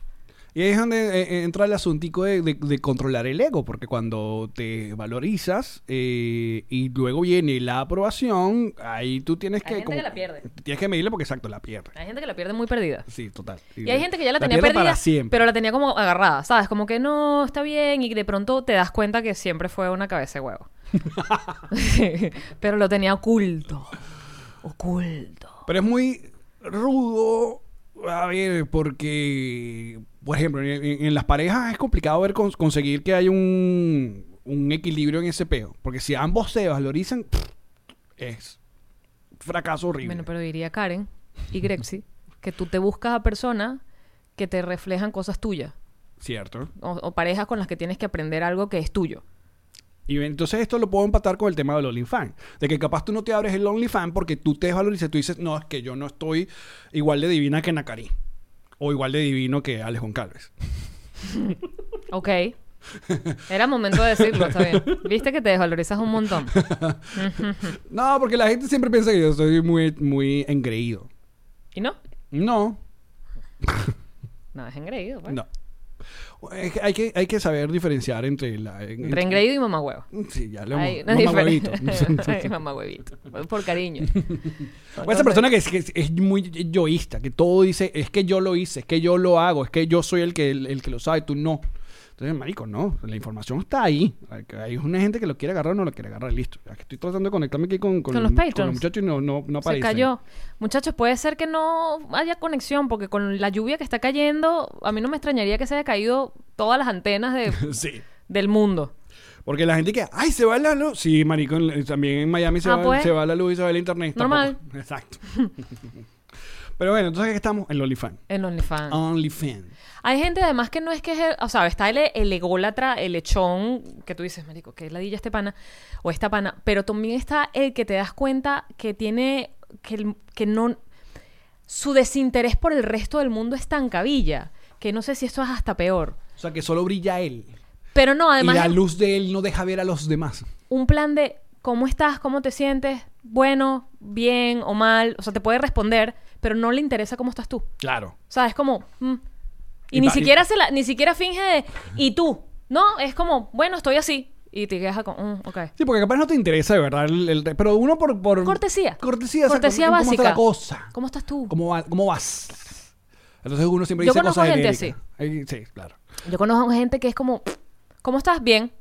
S2: Y ahí es donde eh, entra el asuntico de, de- de controlar el ego, porque cuando te valorizas eh, y luego viene la aprobación, ahí tú tienes
S1: Hay
S2: que...
S1: gente que la pierde.
S2: Tienes que medirle porque exacto, la pierde.
S1: Hay gente que la pierde muy perdida.
S2: Sí, total.
S1: Y hay gente que ya la, tenía
S2: pierde
S1: perdida,
S2: para siempre.
S1: pero la tenía como agarrada, ¿sabes? Como que no, está bien, y de pronto te das cuenta que siempre fue una cabeza de huevo. pero lo tenía oculto. Oculto.
S2: Pero es muy rudo, a ver, porque, por ejemplo, en, en- en las parejas es complicado ver cons- conseguir que haya un, un equilibrio en ese peo, porque si ambos se valorizan, pff, es fracaso horrible.
S1: Bueno, pero diría Karen y Grexi que tú te buscas a personas que te reflejan cosas tuyas
S2: Cierto.
S1: o, o parejas con las que tienes que aprender algo que es tuyo.
S2: Y ven, entonces esto lo puedo empatar con el tema del OnlyFans. De que capaz tú no te abres el OnlyFans porque tú te desvalorizas. Tú dices, no, es que yo no estoy igual de divina que Nakari. O igual de divino que Alex Goncalves.
S1: Ok. Era momento de decirlo, está bien. Viste que te desvalorizas un montón.
S2: No, porque la gente siempre piensa que yo soy muy, muy engreído.
S1: ¿Y no?
S2: No,
S1: No, es engreído. pues.
S2: no. Es que hay, que, hay que saber diferenciar entre la... en-
S1: Entre engreído y mamagüevo.
S2: Sí, ya lo
S1: Hay
S2: hemos...
S1: una
S2: mamahuevito.
S1: diferencia. Ay, mamahuevito. Por cariño.
S2: O esa persona que es, que es- es muy yoísta, que todo dice, es que yo lo hice, es que yo lo hago, es que yo soy el que, el, el que lo sabe, tú no. Entonces, marico, no, la información está ahí. Hay- Hay una gente que lo quiere agarrar o no lo quiere agarrar, listo. Es que Estoy tratando de conectarme aquí con,
S1: Con los patrons.
S2: muchachos y no, no, no
S1: Se
S2: aparecen.
S1: cayó. Muchachos, puede ser que no haya conexión, porque con la lluvia que está cayendo, a mí no me extrañaría que se haya caído todas las antenas de-
S2: Sí.
S1: del mundo.
S2: Porque la gente que, ay, se va la luz. Sí, marico, en- también en Miami se,
S1: Ah,
S2: va,
S1: pues.
S2: se va la luz y se va el internet.
S1: Normal.
S2: Tampoco. Exacto. Pero bueno, entonces aquí estamos en OnlyFans.
S1: En OnlyFans.
S2: OnlyFans.
S1: Hay gente además que no es que es, o sea, está el, el ególatra, el lechón, que tú dices, marico, que ladilla este pana, o esta pana, pero también está el que te das cuenta que tiene, que, el- que no, su desinterés por el resto del mundo es tan cabilla, que no sé si esto es hasta peor.
S2: O sea, que solo brilla él.
S1: Pero no, además...
S2: y la
S1: es-
S2: luz de él no deja ver a los demás.
S1: un plan de cómo estás, cómo te sientes, bueno, bien o mal. O sea, te puede responder, pero no le interesa cómo estás tú. O
S2: Claro.
S1: sea, es como. mm. Y,
S2: Y
S1: ni
S2: pa- y-
S1: siquiera se la, ni siquiera finge de. ¿Y tú? No, es como, bueno, estoy así. Y te quedas con. mm, ok.
S2: Sí, porque capaz no te interesa de verdad el, el- pero uno por, por
S1: Cortesía.
S2: cortesía, o sea,
S1: Cortesía
S2: ¿cómo-
S1: básica.
S2: ¿Cómo está la cosa?
S1: ¿Cómo estás tú?
S2: ¿Cómo, va- cómo vas? Entonces uno siempre
S1: Yo
S2: dice
S1: conozco
S2: cosas
S1: gente
S2: genéricas. Eh, Sí, claro.
S1: Yo conozco gente que es como. ¿Cómo estás? Bien.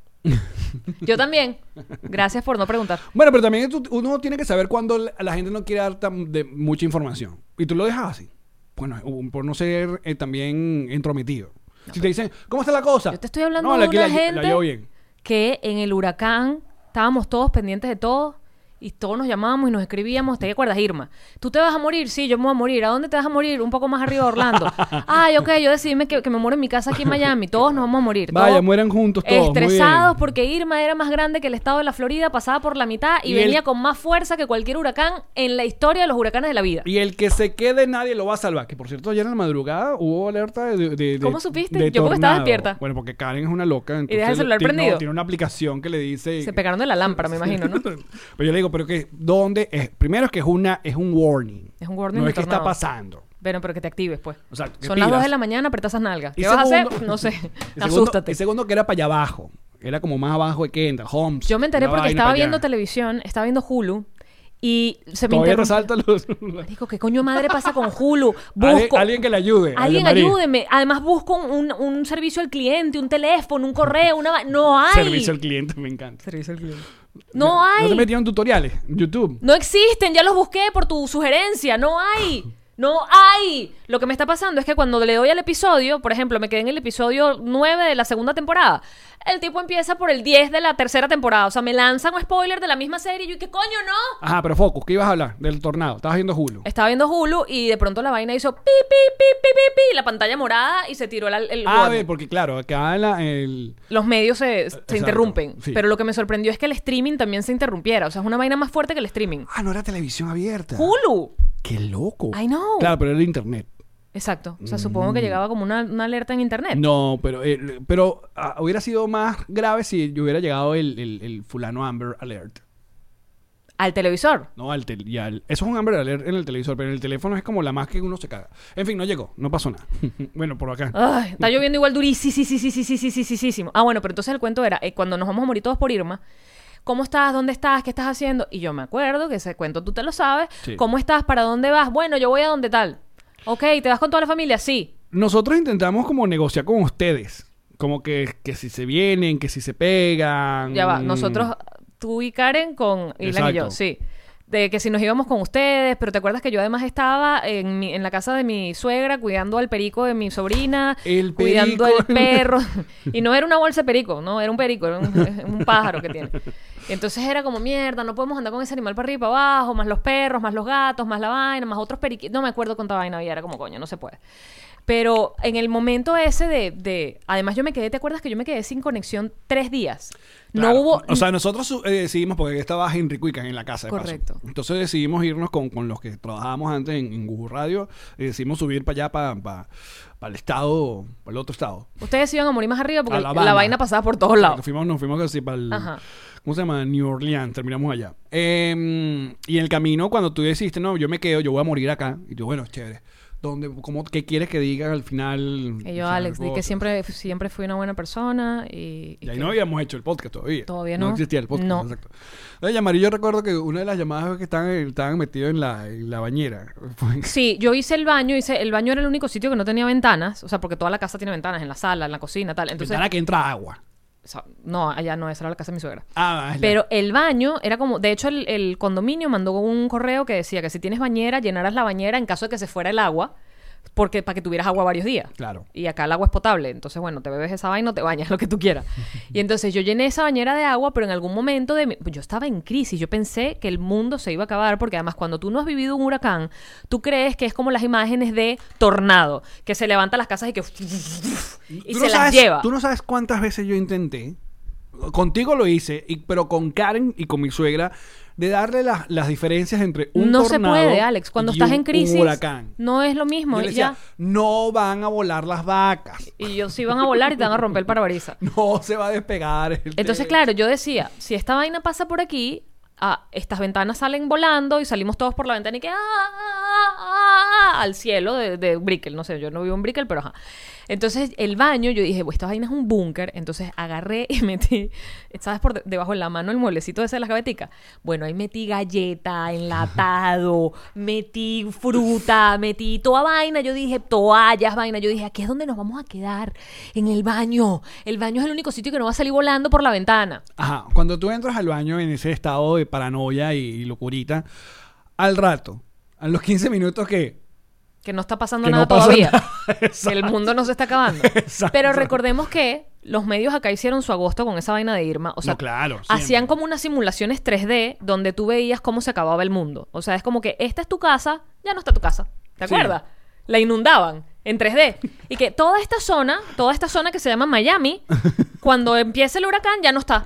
S1: Yo también. Gracias por no preguntar.
S2: Bueno, pero también tú- uno tiene que saber cuándo la la gente no quiere dar tan de mucha información y tú lo dejas así. bueno, un- por no ser eh, también entrometido. si te dicen, ¿cómo está la cosa?
S1: Yo te estoy hablando
S2: No,
S1: de
S2: aquí
S1: una
S2: la- la
S1: gente
S2: llevo bien.
S1: que en el huracán estábamos todos pendientes de todo y todos nos llamábamos y nos escribíamos. ¿Te acuerdas, Irma? ¿Tú te vas a morir? Sí, yo me voy a morir. ¿A dónde te vas a morir? Un poco más arriba de Orlando. Ay, ok, yo decidí me- que, que me muero en mi casa aquí en Miami. Todos nos vamos a morir.
S2: Vaya,
S1: Todos
S2: mueran juntos todos, muy bien.
S1: Estresados porque Irma era más grande que el estado de la Florida, pasaba por la mitad
S2: Y
S1: y, venía
S2: el-
S1: con más fuerza que cualquier huracán en la historia de los huracanes de la vida.
S2: Y el que se quede nadie lo va a salvar. Que por cierto, ayer en la madrugada hubo alerta de. de- de-
S1: ¿Cómo
S2: de-
S1: supiste?
S2: de
S1: Yo porque
S2: tornado.
S1: estaba despierta.
S2: Bueno, porque Karen es una loca. entonces
S1: deja el celular
S2: tiene- no,
S1: prendido.
S2: tiene una aplicación que le dice.
S1: Se pegaron de la lámpara, me imagino, ¿no?
S2: Pero yo le digo, pero que dónde es. Primero es que es una es un warning.
S1: Es un warning
S2: No
S1: de
S2: es que está
S1: tornado.
S2: pasando.
S1: Bueno, pero que te actives, pues.
S2: Exacto, que
S1: Son las
S2: pilas.
S1: 2 de la mañana, apretas esas nalgas. ¿Qué
S2: Y
S1: vas a
S2: segundo-
S1: hacer? No sé.
S2: y segundo-
S1: Asústate.
S2: Y segundo que era para allá abajo. Era como más abajo de Kendall, Holmes.
S1: Yo me enteré
S2: una
S1: porque
S2: vaina
S1: estaba
S2: para allá.
S1: viendo televisión, estaba viendo Hulu y se me
S2: Todavía te
S1: interrumpió.
S2: salta los...
S1: Digo, ¿qué coño madre pasa con Hulu?
S2: Alguien-
S1: Busco.
S2: alguien que le ayude.
S1: Alguien
S2: María.
S1: ayúdeme. Además, busco un, un- un servicio al cliente, un teléfono, un correo, una. va- No hay.
S2: Servicio al cliente, me encanta.
S1: Servicio al cliente. No hay.
S2: ¿No te
S1: No,
S2: metieron tutoriales? YouTube.
S1: existen. Ya los busqué por tu sugerencia. No hay. No hay. Lo que me está pasando es que cuando le doy al episodio, por ejemplo, me quedé en el episodio 9 de la segunda temporada. El tipo empieza por el 10 de la tercera temporada. O sea, me lanzan un spoiler de la misma serie y yo, ¿y ¿qué coño no?
S2: Ajá, pero Focus, ¿qué ibas a hablar? Del tornado. Estabas viendo Hulu.
S1: Estaba viendo Hulu y de pronto la vaina hizo pi, pi, pi, pi, pi, pi, la pantalla morada y se tiró el, el
S2: Ah,
S1: warning.
S2: ve, porque claro, acá en la- el...
S1: Los medios se, se
S2: Exacto,
S1: interrumpen.
S2: sí.
S1: Pero lo que me sorprendió es que el streaming también se interrumpiera. O sea, es una vaina más fuerte que el streaming.
S2: Ah, no era televisión abierta.
S1: Hulu.
S2: ¡Qué loco!
S1: I know.
S2: Claro, pero era internet.
S1: Exacto. O sea, supongo que llegaba como una, una alerta en internet.
S2: Mm. No, pero, eh, pero ah, hubiera sido más grave si yo hubiera llegado el, el- el fulano Amber Alert.
S1: Al televisor.
S2: No, al tel- y al- Eso es un Amber Alert en el televisor, pero en el teléfono es como la más que uno se caga. En fin, no llegó, no pasó nada. bueno, por acá.
S1: Ay,
S2: Mm.
S1: está lloviendo igual durísimo. Sí, sí, sí, sí, sí, sí, sí, sí, sí, sí. Ah, bueno, pero entonces el cuento era, eh, cuando nos vamos a morir todos por Irma, ¿cómo estás? ¿Dónde estás? ¿Qué estás haciendo? Y yo me acuerdo que ese cuento tú te lo sabes.
S2: Sí.
S1: ¿Cómo estás? ¿Para dónde vas? Bueno, yo voy a donde tal. Ok, ¿te vas con toda la familia? Sí.
S2: Nosotros intentamos como negociar con ustedes. Como que, que si se vienen, que si se pegan.
S1: Ya va, nosotros, tú y Karen con Ilan y
S2: Exacto.
S1: yo, sí. De que si nos íbamos con ustedes, pero te acuerdas que yo además estaba en, mi- en la casa de mi suegra cuidando al perico de mi sobrina,
S2: El
S1: cuidando
S2: perico.
S1: al perro. y no era una bolsa de perico, no, era un perico, era un, un pájaro que tiene. Entonces era como mierda, no podemos andar con ese animal para arriba y para abajo, más los perros, más los gatos, más la vaina, más otros periquitos. No me acuerdo cuánta vaina había, era como coño, no se puede. Pero en el momento ese de, de- Además, yo me quedé, ¿te acuerdas que yo me quedé sin conexión tres días?
S2: Claro.
S1: No hubo.
S2: O sea, nosotros su- eh, decidimos, porque estaba Henry Cuican en la casa. de paso.
S1: Correcto.
S2: Entonces decidimos irnos con, con los que trabajábamos antes en, en Google Radio. y decidimos subir para allá, para el estado, para el otro estado.
S1: Ustedes iban a morir más arriba porque
S2: Alabama.
S1: la vaina pasaba por todos
S2: Nos
S1: lados.
S2: fuimos, nos fuimos casi para el.
S1: Ajá.
S2: ¿Cómo se llama? New Orleans, terminamos allá. Eh, y en el camino, cuando tú decidiste, no, yo me quedo, yo voy a morir acá. Y yo, bueno, chévere. ¿Dónde, cómo, ¿Qué quieres que diga al final?
S1: Y
S2: O
S1: yo,
S2: sea,
S1: Alex, di que
S2: cosas.
S1: siempre, siempre fui una buena persona y. y
S2: Y ahí
S1: que-
S2: no habíamos hecho el podcast todavía.
S1: Todavía
S2: No
S1: no.
S2: existía el podcast.
S1: No.
S2: Exacto. Entonces, llamar, y yo recuerdo que una de las llamadas fue que estaban, estaban metidos en la, en la bañera. Fue-
S1: Sí, yo hice el baño, hice, el baño era el único sitio que no tenía ventanas, o sea, porque toda la casa tiene ventanas, en la sala, en la cocina, tal. Entonces,
S2: Ventana que entra agua.
S1: o sea, no, allá no, esa era la casa de mi suegra.
S2: Ah, es la-
S1: Pero el baño era como, de hecho el, el condominio mandó un correo que decía que si tienes bañera, llenaras la bañera en caso de que se fuera el agua, porque para que tuvieras agua varios días.
S2: Claro.
S1: Y acá el agua es potable, entonces bueno, te bebes esa vaina, o te bañas lo que tú quieras. Y entonces yo llené esa bañera de agua, pero en algún momento de mi- pues, yo estaba en crisis, yo pensé que el mundo se iba a acabar, porque además cuando tú no has vivido un huracán, tú crees que es como las imágenes de tornado, que se levanta las casas y que y
S2: Tú no
S1: se las
S2: sabes-
S1: lleva.
S2: Tú no sabes cuántas veces yo intenté. Contigo lo hice, y- pero con Karen y con mi suegra, de darle las, las diferencias entre un
S1: no se
S2: tornado
S1: puede, Alex. Cuando
S2: y
S1: estás
S2: un-
S1: en crisis,
S2: Un huracán.
S1: no es lo mismo.
S2: Yo le
S1: y
S2: decía,
S1: ya.
S2: no van a volar las vacas.
S1: Y ellos sí van a volar y te van a romper el parabrisas.
S2: No se va a despegar. el
S1: Entonces,
S2: techo".
S1: claro, yo decía, si esta vaina pasa por aquí, ah, estas ventanas salen volando y salimos todos por la ventana y que ah, ah, ah, ah, al cielo de, de Brickell. No sé, yo no vivo en Brickell, pero ajá. Entonces, el baño, yo dije, "Bueno, esta vaina es un búnker. Entonces, agarré y metí, ¿sabes? Por de- debajo de la mano el mueblecito ese de las gaveticas. Bueno, ahí metí galleta, enlatado, metí fruta, metí toda vaina. Yo dije, toallas, vaina. Yo dije, aquí es donde nos vamos a quedar, en el baño. El baño es el único sitio que no va a salir volando por la ventana.
S2: Ajá, cuando tú entras al baño en ese estado de paranoia y, y locurita, al rato, a los 15 minutos que
S1: que no está pasando
S2: Que no
S1: nada
S2: pasa
S1: todavía.
S2: nada.
S1: Que el mundo no se está acabando.
S2: Exacto.
S1: Pero recordemos que los medios acá hicieron su agosto con esa vaina de Irma. O sea,
S2: No, claro, siempre.
S1: hacían como unas simulaciones 3D donde tú veías cómo se acababa el mundo. O sea, es como que esta es tu casa, ya no está tu casa. ¿Te
S2: Sí.
S1: acuerdas? La inundaban en 3D. Y que toda esta zona, toda esta zona que se llama Miami, cuando empiece el huracán ya no está.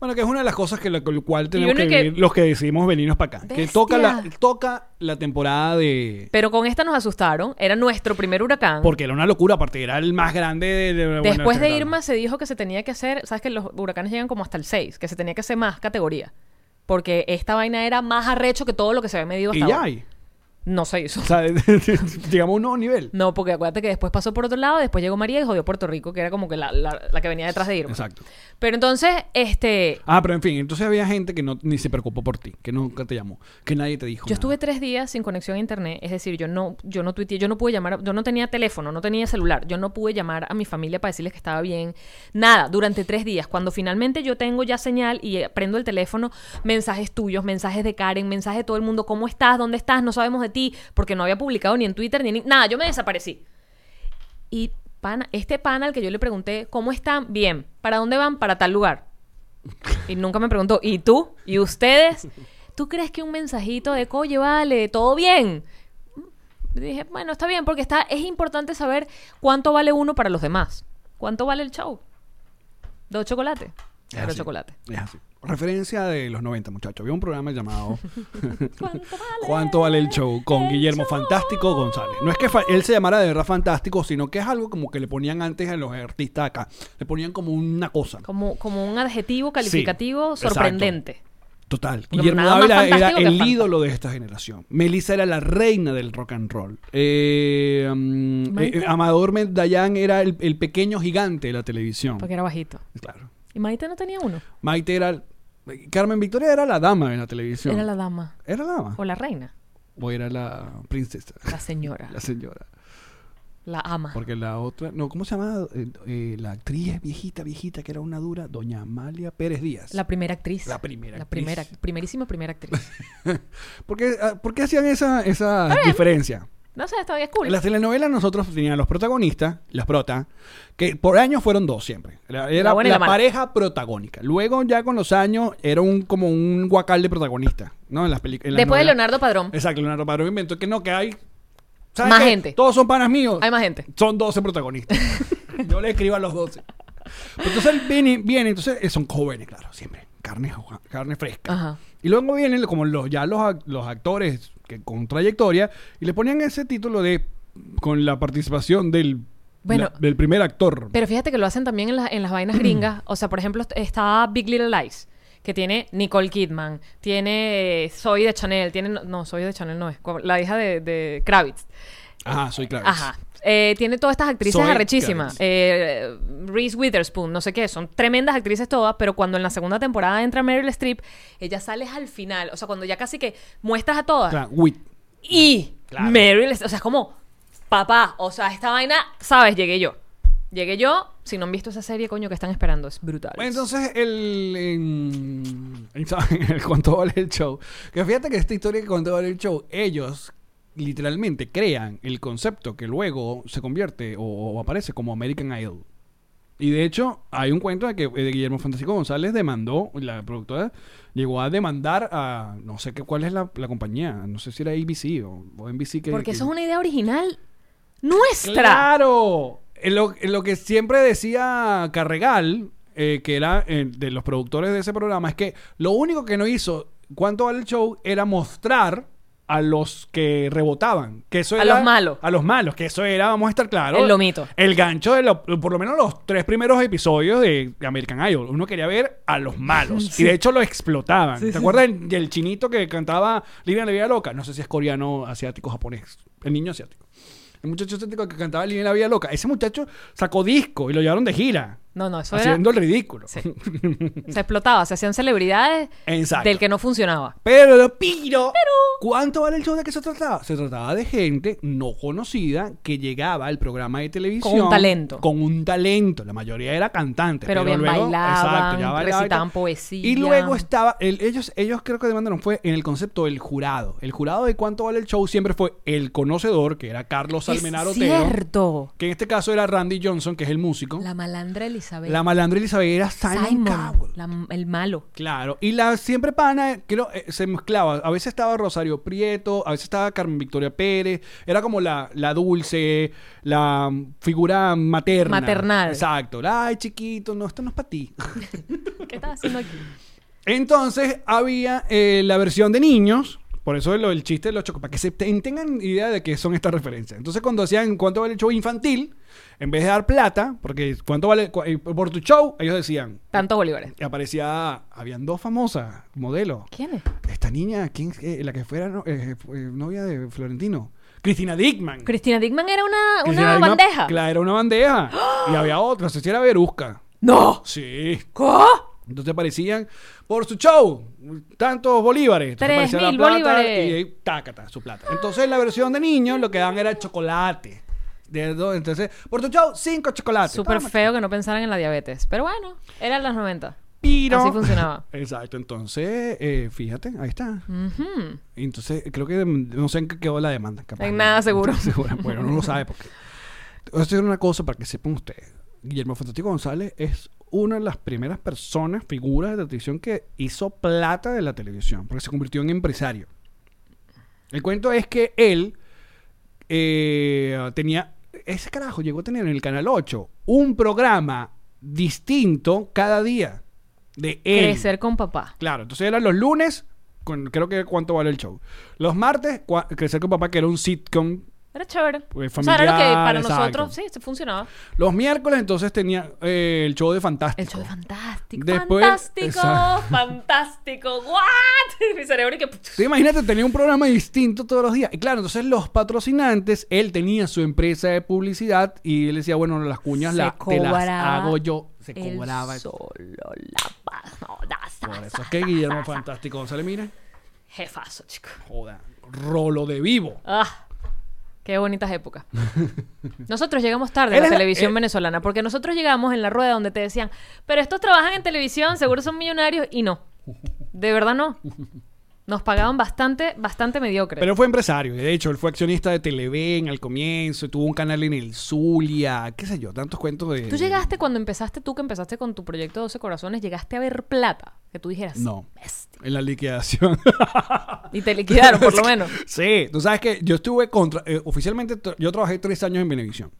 S2: Bueno, que es una de las cosas que lo, con lo cual tenemos
S1: uno
S2: que,
S1: que-
S2: vivir los que decidimos venirnos para acá. Que
S1: Bestia.
S2: toca la, toca la temporada de...
S1: Pero con esta nos asustaron. Era nuestro primer huracán.
S2: Porque era una locura, aparte era el más grande de... de- bueno,
S1: Después de
S2: este-
S1: Irma se dijo que se tenía que hacer, sabes que los huracanes llegan como hasta el 6, que se tenía que hacer más categoría. Porque esta vaina era más arrecho que todo lo que se había medido hasta
S2: Y ya
S1: ahora.
S2: hay.
S1: No se hizo.
S2: O sea, llegamos a un nuevo nivel.
S1: No, porque acuérdate que después pasó por otro lado, después llegó María y jodió Puerto Rico, que era como que la, la- la que venía detrás de Irma.
S2: Exacto.
S1: Pero entonces, este,
S2: Ah, pero en fin, entonces había gente que no, ni se preocupó por ti, que nunca te llamó, que nadie te dijo.
S1: yo estuve
S2: nada.
S1: tres días sin conexión a internet, es decir, yo no, yo no tuiteé, yo no pude llamar, a- yo no tenía teléfono, no tenía celular, yo no pude llamar a mi familia para decirles que estaba bien, nada, durante tres días. Cuando finalmente yo tengo ya señal y eh, prendo el teléfono, mensajes tuyos, mensajes de Karen, mensajes de todo el mundo, ¿cómo estás? ¿Dónde estás? No sabemos de ti, porque no había publicado ni en Twitter ni en... Nada, yo me desaparecí. Y pana, este pana al que yo le pregunté, ¿cómo están? Bien. ¿Para dónde van? Para tal lugar. Y nunca me preguntó, ¿y tú? ¿Y ustedes? ¿Tú crees que un mensajito de, oye, vale, todo bien? Y Dije, bueno, está bien, porque está, es importante saber cuánto vale uno para los demás. ¿Cuánto vale el show? ¿Dos chocolates?
S2: Es
S1: Cero
S2: así,
S1: chocolate.
S2: Es así. Referencia de los 90, muchachos. Había un programa llamado
S1: ¿Cuánto vale?
S2: ¿Cuánto vale el show? Con
S1: el
S2: Guillermo
S1: show?
S2: Fantástico González. No es que fa- él se llamara de verdad Fantástico, sino que es algo como que le ponían antes a los artistas acá. Le ponían como una cosa.
S1: Como, como un adjetivo
S2: Sí,
S1: calificativo
S2: exacto.
S1: sorprendente.
S2: Total.
S1: Porque
S2: Guillermo
S1: nada más
S2: Dávila era
S1: fantástico que
S2: el
S1: fanta-
S2: ídolo de esta generación. Melissa era la reina del rock and roll. Eh, mm,
S1: Maite.
S2: eh, Amador Medallán era el, el pequeño gigante de la televisión.
S1: Porque era bajito.
S2: Claro.
S1: Y Maite no tenía uno.
S2: Maite era. Carmen Victoria era la dama de la televisión.
S1: Era la dama.
S2: ¿Era la dama?
S1: O la reina.
S2: ¿O era la princesa?
S1: La señora.
S2: La señora.
S1: La ama.
S2: Porque la otra, no, ¿cómo se llama? Eh, eh, la actriz viejita, viejita, que era una dura, doña Amalia Pérez Díaz.
S1: La primera actriz.
S2: La primera
S1: La
S2: actriz.
S1: primera, primerísima primera actriz.
S2: ¿Por, qué, ah, por qué hacían esa, esa diferencia?
S1: No sé, todavía es cool.
S2: En las telenovelas nosotros teníamos los protagonistas, las protas, que por años fueron dos siempre. Era, era
S1: La buena y
S2: la,
S1: la mala.
S2: pareja protagónica. Luego ya con los años era un como un guacal de protagonista, ¿no? En las películas.
S1: Después de Leonardo Padrón.
S2: Exacto, Leonardo Padrón inventó que no, que hay... ¿sabes
S1: Más
S2: qué?
S1: gente.
S2: Todos son panas míos.
S1: Hay más gente.
S2: Son 12 protagonistas. Yo le escribo a los 12. Pero entonces él viene, viene, entonces eh, son jóvenes, claro, siempre. Carne, jo- carne fresca.
S1: Ajá.
S2: Y luego vienen como los, ya los, ac- los actores que, con trayectoria y le ponían ese título de con la participación del,
S1: Bueno.
S2: la- del primer actor.
S1: Pero fíjate que lo hacen también en, la- en las vainas gringas. O sea, por ejemplo, est- está Big Little Lies, que tiene Nicole Kidman, tiene eh, Zoe de Chanel, tiene. No, Zoe de Chanel no es. cu- La hija de, de Kravitz.
S2: Ajá, soy claro.
S1: Ajá. Eh, tiene todas estas actrices
S2: Zoe Kravitz.
S1: arrechísimas. Eh, Reese Witherspoon, no sé qué, son tremendas actrices todas, pero cuando en la segunda temporada entra Meryl Streep, ella sale al final. O sea, cuando ya casi que muestras a todas.
S2: Claro, wit.
S1: Y
S2: Claro.
S1: Meryl Streep, o sea, es como, papá, o sea, esta vaina, sabes, llegué yo. Llegué yo, si no han visto esa serie, coño, que están esperando, es brutal.
S2: Bueno, Entonces, el, en, en- en el cuánto vale el show. Que fíjate que esta historia de cuánto vale el show, ellos literalmente crean el concepto que luego se convierte o, o aparece como American Idol. Y de hecho, hay un cuento de que eh, Guillermo Fantástico González demandó, la productora llegó a demandar a no sé qué cuál es la, la compañía, no sé si era ABC o, o NBC que
S1: Porque
S2: que-
S1: eso es una idea original nuestra.
S2: ¡Claro! En Lo, en lo que siempre decía Carregal, eh, que era eh, de los productores de ese programa, es que lo único que no hizo cuánto vale el show era mostrar a los que rebotaban. Que eso
S1: A
S2: era-
S1: los malos.
S2: A los malos, que eso era, vamos a estar claros.
S1: El lomito.
S2: El gancho de lo- por lo menos los tres primeros episodios de American Idol. Uno quería ver a los malos. Y de hecho lo explotaban. ¿Te acuerdas del, del chinito que cantaba Living la Vida Loca? No sé si es coreano, asiático, japonés. El niño asiático. El muchacho asiático que cantaba Living la Vida Loca. Ese muchacho sacó disco y lo llevaron de gira.
S1: No, no, eso
S2: haciendo el ridículo.
S1: era... Sí. se explotaba, se hacían celebridades
S2: Exacto.
S1: del que no funcionaba.
S2: Pero, pero, ¿cuánto vale el show de qué se trataba? Se trataba de gente no conocida que llegaba al programa de televisión.
S1: Con un talento.
S2: Con un talento. La mayoría era cantante.
S1: Pero bien bailaban, recitaban
S2: y tal.
S1: poesía.
S2: Y luego estaba, el- ellos, ellos creo que demandaron fue en el concepto del jurado. El jurado de cuánto vale el show siempre fue el conocedor, que era Carlos Almenar
S1: es
S2: Otero.
S1: cierto.
S2: Que en este caso era Randy Johnson, que es el músico. La,
S1: La malandra Elizabeth.
S2: malandra Elizabeth era Simon, Cowell.
S1: Simon, la- el malo.
S2: Claro, y la siempre pana, eh, creo, eh, se mezclaba. A veces estaba Rosario Prieto, a veces estaba Carmen Victoria Pérez. Era como la, la dulce, la mm, figura materna.
S1: Maternal.
S2: Exacto. la, Ay, chiquito, no, esto no es para ti.
S1: ¿Qué estás haciendo aquí?
S2: Entonces había eh, la versión de niños. Por eso lo- el chiste de los chocos, para que se ten- tengan idea de qué son estas referencias. Entonces, cuando hacían cuánto vale el show infantil, en vez de dar plata, porque cuánto vale cu- eh, por tu show, ellos decían.
S1: Tantos bolívares.
S2: Y aparecía, habían dos famosas modelos.
S1: ¿Quién es?
S2: Esta niña, ¿quién, eh, la que fuera no- eh, fu- eh, novia de Florentino. Cristina Dickman.
S1: Cristina Dickman era una,
S2: Cristina
S1: una
S2: Dickman,
S1: bandeja.
S2: Claro, era una bandeja. y había otra, no sé si era Verusca.
S1: ¡No!
S2: Sí.
S1: ¿Cómo?
S2: Entonces aparecían por su show, tantos bolívares. Entonces
S1: Tres
S2: aparecía la
S1: mil
S2: plata
S1: bolívares.
S2: Y ahí, tácata, su plata. Entonces la versión de niños lo que dan era chocolate. De- do- Entonces, por tu show, cinco chocolates.
S1: Súper
S2: Toma,
S1: feo que no pensaran en la diabetes. Pero bueno, eran las 90.
S2: piro.
S1: Así funcionaba.
S2: Exacto, entonces, eh, fíjate, ahí está.
S1: Ujú.
S2: Y Entonces, creo que dem- no sé en qué quedó la demanda. Capaz,
S1: En
S2: ¿no?
S1: nada seguro.
S2: Segura. Bueno, no lo sabe porque. Esto es una cosa para que sepan ustedes. Guillermo Fantástico González es una de las primeras personas, figuras de la televisión que hizo plata de la televisión, porque se convirtió en empresario. El cuento es que él eh, tenía. Ese carajo llegó a tener en el Canal 8 un programa distinto cada día de él.
S1: Crecer con papá.
S2: Claro, entonces eran los lunes, con, creo que cuánto vale el show. Los martes, cua- Crecer con Papá, que era un sitcom.
S1: Era chévere.
S2: Pues,
S1: o sea, era lo que
S2: familiar,
S1: para
S2: exacto.
S1: nosotros, sí, se funcionaba.
S2: Los miércoles, entonces tenía eh, el show de Fantástico.
S1: El show de fantástico.
S2: Después-
S1: fantástico,
S2: Exacto.
S1: fantástico. ¿What? Mi cerebro y que.
S2: Sí, imagínate, tenía un programa distinto todos los días. Y claro, entonces los patrocinantes, él tenía su empresa de publicidad y él decía, bueno, las cuñas
S1: Se
S2: la- te las
S1: cobraba
S2: hago yo. Se
S1: él
S2: cobraba.
S1: Solo la paz. No, da, sa,
S2: Por eso
S1: sa,
S2: es que
S1: sa,
S2: Guillermo
S1: sa, sa.
S2: Fantástico González, mira,
S1: Jefazo, chico.
S2: joda, rolo de vivo.
S1: Ah, qué bonitas épocas. Nosotros llegamos tarde
S2: Él
S1: a la
S2: es la- eh,
S1: televisión
S2: él-
S1: venezolana, porque nosotros llegamos en la rueda donde te decían, pero estos trabajan en televisión, seguro son millonarios, y no. De verdad no. Nos pagaban bastante, bastante mediocre.
S2: Pero fue empresario, de hecho, él fue accionista de Televen al comienzo, tuvo un canal en el Zulia, qué sé yo, tantos cuentos de...
S1: tú llegaste cuando empezaste, tú que empezaste con tu proyecto 12 Corazones, llegaste a ver plata, que tú dijeras,
S2: No.
S1: "Bestia".
S2: En la liquidación.
S1: Y te liquidaron, por lo menos.
S2: sí, tú sabes que yo estuve contra... eh, oficialmente tr- yo trabajé tres años en Venevisión,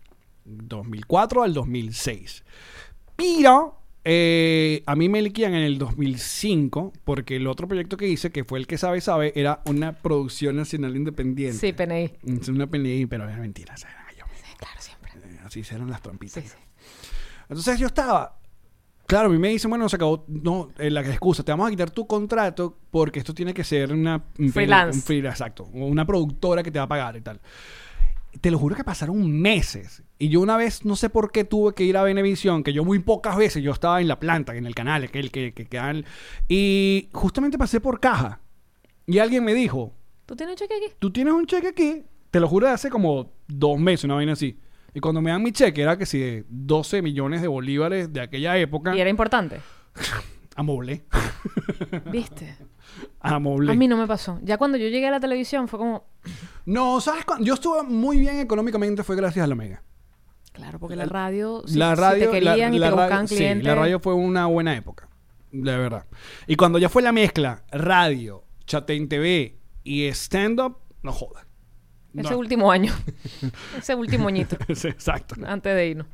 S2: 2004 al 2006. Pero eh, a mí me liquidan en el 2005 porque el otro proyecto que hice, que fue el que sabe sabe, era una producción nacional independiente.
S1: Sí, PNI.
S2: Es una peli, pero era mentira, esa era yo.
S1: Claro, siempre.
S2: Eh, Así se eran las trampitas.
S1: Sí, sí.
S2: Entonces yo estaba. Claro, a mí me dicen, bueno, se acabó. No, eh, la excusa, te vamos a quitar tu contrato porque esto tiene que ser una. un
S1: Freelance.
S2: un freelance, exacto. o Una productora que te va a pagar y tal. Te lo juro que pasaron meses. Y yo una vez, no sé por qué tuve que ir a Venevisión, que yo muy pocas veces, yo estaba en la planta, en el canal, aquel que, que, que- al- Y justamente pasé por caja. Y alguien me dijo,
S1: ¿Tú tienes un cheque aquí?
S2: tú tienes un cheque aquí, te lo juro, de hace como dos meses, una vaina así. Y cuando me dan mi cheque, era que si de 12 millones de bolívares de aquella época,
S1: Y era importante.
S2: amoble,
S1: ¿Viste?
S2: amoble.
S1: A mí no me pasó. Ya cuando yo llegué a la televisión fue como,
S2: No, ¿sabes cuándo? Yo estuve muy bien económicamente, fue gracias a la Mega.
S1: Claro, porque la radio, si,
S2: la
S1: si
S2: radio,
S1: te
S2: la-
S1: querían y
S2: la
S1: te
S2: radio-
S1: buscaban
S2: sí,
S1: clientes.
S2: la radio fue una buena época, de verdad. Y cuando ya fue la mezcla, radio, Chatén TV y stand-up, no jodas.
S1: Ese
S2: No.
S1: último año. Ese último añito. Ah.
S2: Sí, Exacto,
S1: Antes de irnos.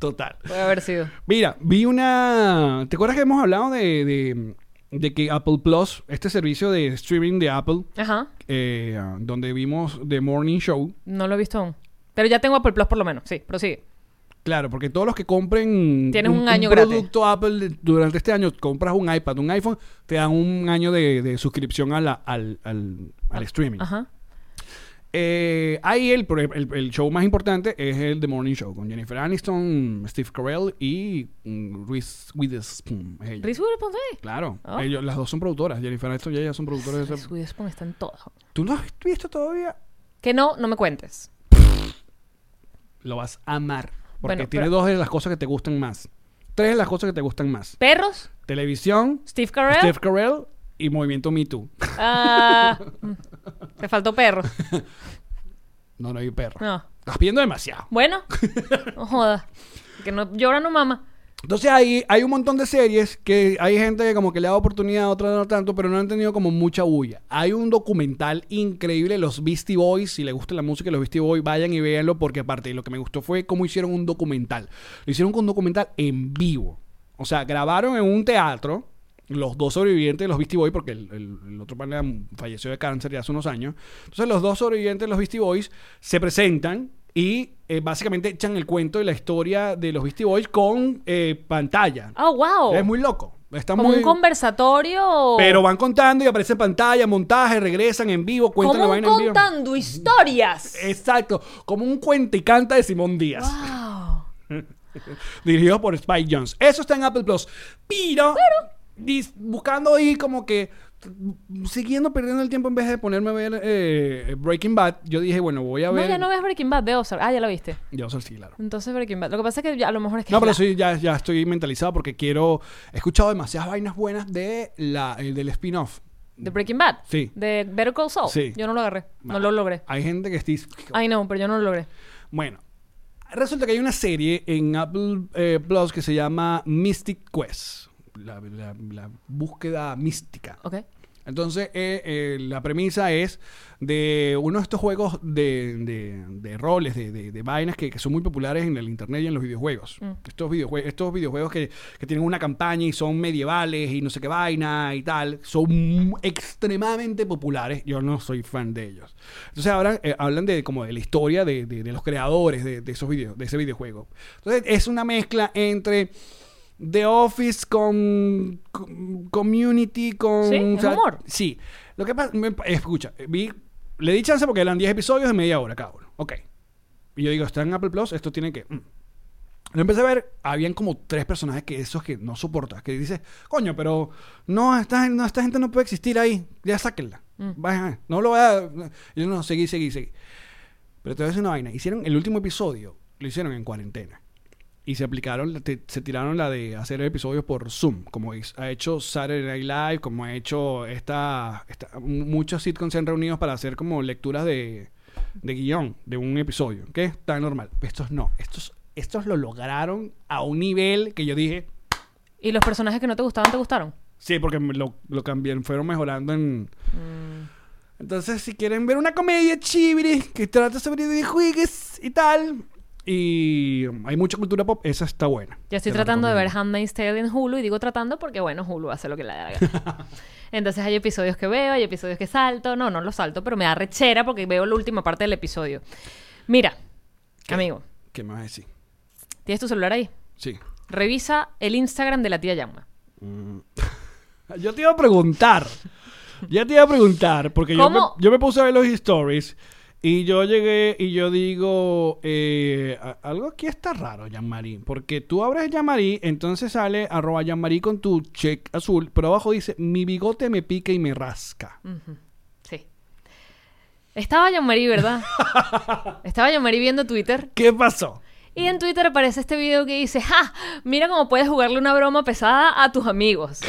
S2: total.
S1: Puede haber sido.
S2: Mira, vi una. ¿Te acuerdas que hemos hablado de, de- de que Apple Plus, este servicio de streaming de Apple,
S1: Ajá.
S2: eh, ah, donde vimos The Morning Show?
S1: No lo he visto aún. Pero ya tengo Apple Plus por lo menos. Sí, prosigue.
S2: Claro, porque todos los que compren
S1: Tienes un año gratis.
S2: producto Apple de- durante este año, compras un iPad, un iPhone, te dan un año de, de suscripción a la- al, al- al streaming.
S1: Ajá.
S2: Eh, ahí el, pro- el- el show más importante es el The Morning Show con Jennifer Aniston, Steve Carell y mm, Reese Witherspoon. es ella.
S1: Reese Witherspoon, sí.
S2: Claro,
S1: Oh.
S2: ellos- las dos son productoras. Jennifer Aniston y ella son productoras de
S1: Reese
S2: esa.
S1: Witherspoon está en todo.
S2: ¿Tú no has visto todavía?
S1: Que no, no me cuentes.
S2: Lo vas a amar. Porque
S1: Bueno,
S2: tiene
S1: pero-
S2: dos de las cosas que te gustan más. Tres de las cosas que te gustan más.
S1: Perros,
S2: Televisión,
S1: Steve Carell.
S2: Steve Carell y Movimiento Me Too.
S1: Ah, mm. te faltó perros.
S2: No, no hay perro.
S1: No.
S2: Estás pidiendo demasiado.
S1: Bueno, no jodas. Que no llora no mama.
S2: Entonces ahí hay un montón de series que hay gente que como que le da oportunidad, otra no tanto, pero no han tenido como mucha bulla. Hay un documental increíble, los Beastie Boys, si les gusta la música de los Beastie Boys, vayan y véanlo porque aparte lo que me gustó fue cómo hicieron un documental. Lo hicieron con un documental en vivo. O sea, grabaron en un teatro los dos sobrevivientes de los Beastie Boys, porque el, el- el otro pana falleció de cáncer ya hace unos años. Entonces, los dos sobrevivientes de los Beastie Boys se presentan y eh, básicamente echan el cuento y la historia de los Beastie Boys con eh, pantalla.
S1: Ah, wow.
S2: Es muy loco. Está
S1: Como
S2: muy.
S1: un conversatorio.
S2: Pero van contando y aparece pantalla, montaje, regresan en vivo, cuentan la
S1: como un
S2: vaina en vivo.
S1: contando historias.
S2: Exacto, como un cuenta y canta de Simón Díaz,
S1: Wow.
S2: dirigido por Spike Jones. Eso está en Apple Plus. Pero, dis- buscando ahí como que mm, siguiendo perdiendo el tiempo en vez de ponerme a ver eh, Breaking Bad, yo dije, bueno, voy a
S1: No,
S2: ver.
S1: ya no ves Breaking Bad, veo Ozark. Ah, ya la viste.
S2: Yo soy sí, claro.
S1: Entonces Breaking Bad. Lo que pasa es que ya a lo mejor es que.
S2: No, pero
S1: la-
S2: sí, ya, ya estoy mentalizado porque quiero. He escuchado demasiadas vainas buenas de la, eh, del spin-off.
S1: De Breaking Bad.
S2: Sí.
S1: De Better Call Saul.
S2: Sí.
S1: Yo no lo agarré. No lo logré.
S2: Hay gente que está.
S1: Ay, no, pero yo no lo logré.
S2: Bueno, resulta que hay una serie en Apple eh, Plus que se llama Mystic Quest. La, la- la búsqueda mística.
S1: Ok.
S2: Entonces, eh, eh, la premisa es de uno de estos juegos de, de- de roles, de, de- de vainas que, que son muy populares en el internet y en los videojuegos. Estos, videojue- estos videojuegos que, que tienen una campaña y son medievales y no sé qué vaina y tal, son extremadamente populares. Yo no soy fan de ellos. Entonces, hablan, eh, hablan de como de la historia de, de- de los creadores de, de esos videos, de ese videojuego. Entonces, es una mezcla entre... The Office con, con- Community con
S1: Sí, es humor.
S2: Sí. Lo que pasa, me- eh, escucha, vi, le di chance porque eran 10 episodios de media hora cada uno. Ok. Y yo digo, está en Apple Plus, esto tiene que. mm. Lo empecé a ver, habían como tres personajes que esos que no soportas, que dices, coño, pero no, esta, no, esta gente no puede existir ahí, ya sáquenla.
S1: Mm.
S2: Baja, No lo vaya. Y yo no, seguí, seguí, seguí. Pero te voy a decir una vaina. Hicieron el último episodio, lo hicieron en cuarentena. Y se aplicaron, te- se tiraron la de hacer episodios por Zoom, como es- ha hecho Saturday Night Live, como ha hecho esta, esta- muchos sitcoms se han reunido para hacer como lecturas de, de guión de un episodio, que es tan normal. Estos no, estos, estos lo lograron a un nivel que yo dije,
S1: ¿Y los personajes que no te gustaban, te gustaron?
S2: Sí, porque me lo, lo cambiaron, fueron mejorando en...
S1: Mm.
S2: Entonces, si quieren ver una comedia chévere que trata sobre videojuegos y tal, y um, hay mucha cultura pop, esa está buena.
S1: Ya estoy
S2: Te la
S1: tratando de ver
S2: recomiendo.
S1: Handmaid's Tale en Hulu y digo tratando porque, bueno, Hulu hace lo que le da la gana. Entonces hay episodios que veo, hay episodios que salto. No, no los salto, pero me da rechera porque veo la última parte del episodio. Mira, amigo,
S2: ¿Qué me vas a decir?
S1: ¿tienes tu celular ahí?
S2: Sí.
S1: Revisa el Instagram de la tía Yama.
S2: Yo te iba a preguntar. Ya te iba a preguntar, porque yo me,
S1: ¿Cómo?
S2: yo me puse a ver los stories y yo llegué y yo digo, eh, a- algo aquí está raro, Yanmarí, porque tú abres Yanmarí, entonces sale arroba Yanmarí con tu check azul, pero abajo dice, mi bigote me pica y me rasca.
S1: Mm. Sí. Estaba Yamari, ¿verdad? Estaba Yamari viendo Twitter
S2: ¿Qué pasó?
S1: Y en Twitter aparece este video que dice, ¡ja! Mira cómo puedes jugarle una broma pesada a tus amigos.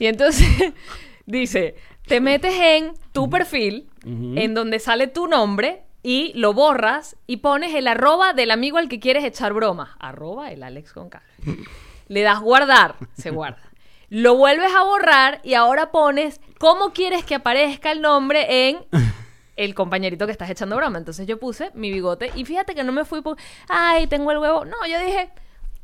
S1: Y entonces dice, te metes en tu perfil, en donde sale tu nombre, y lo borras y pones el arroba del amigo al que quieres echar broma. Arroba el Alex con K. Le das guardar, se guarda. Lo vuelves a borrar y ahora pones cómo quieres que aparezca el nombre en el compañerito que estás echando broma. Entonces yo puse mi bigote y fíjate que no me fui por, ay, tengo el huevo. No, yo dije,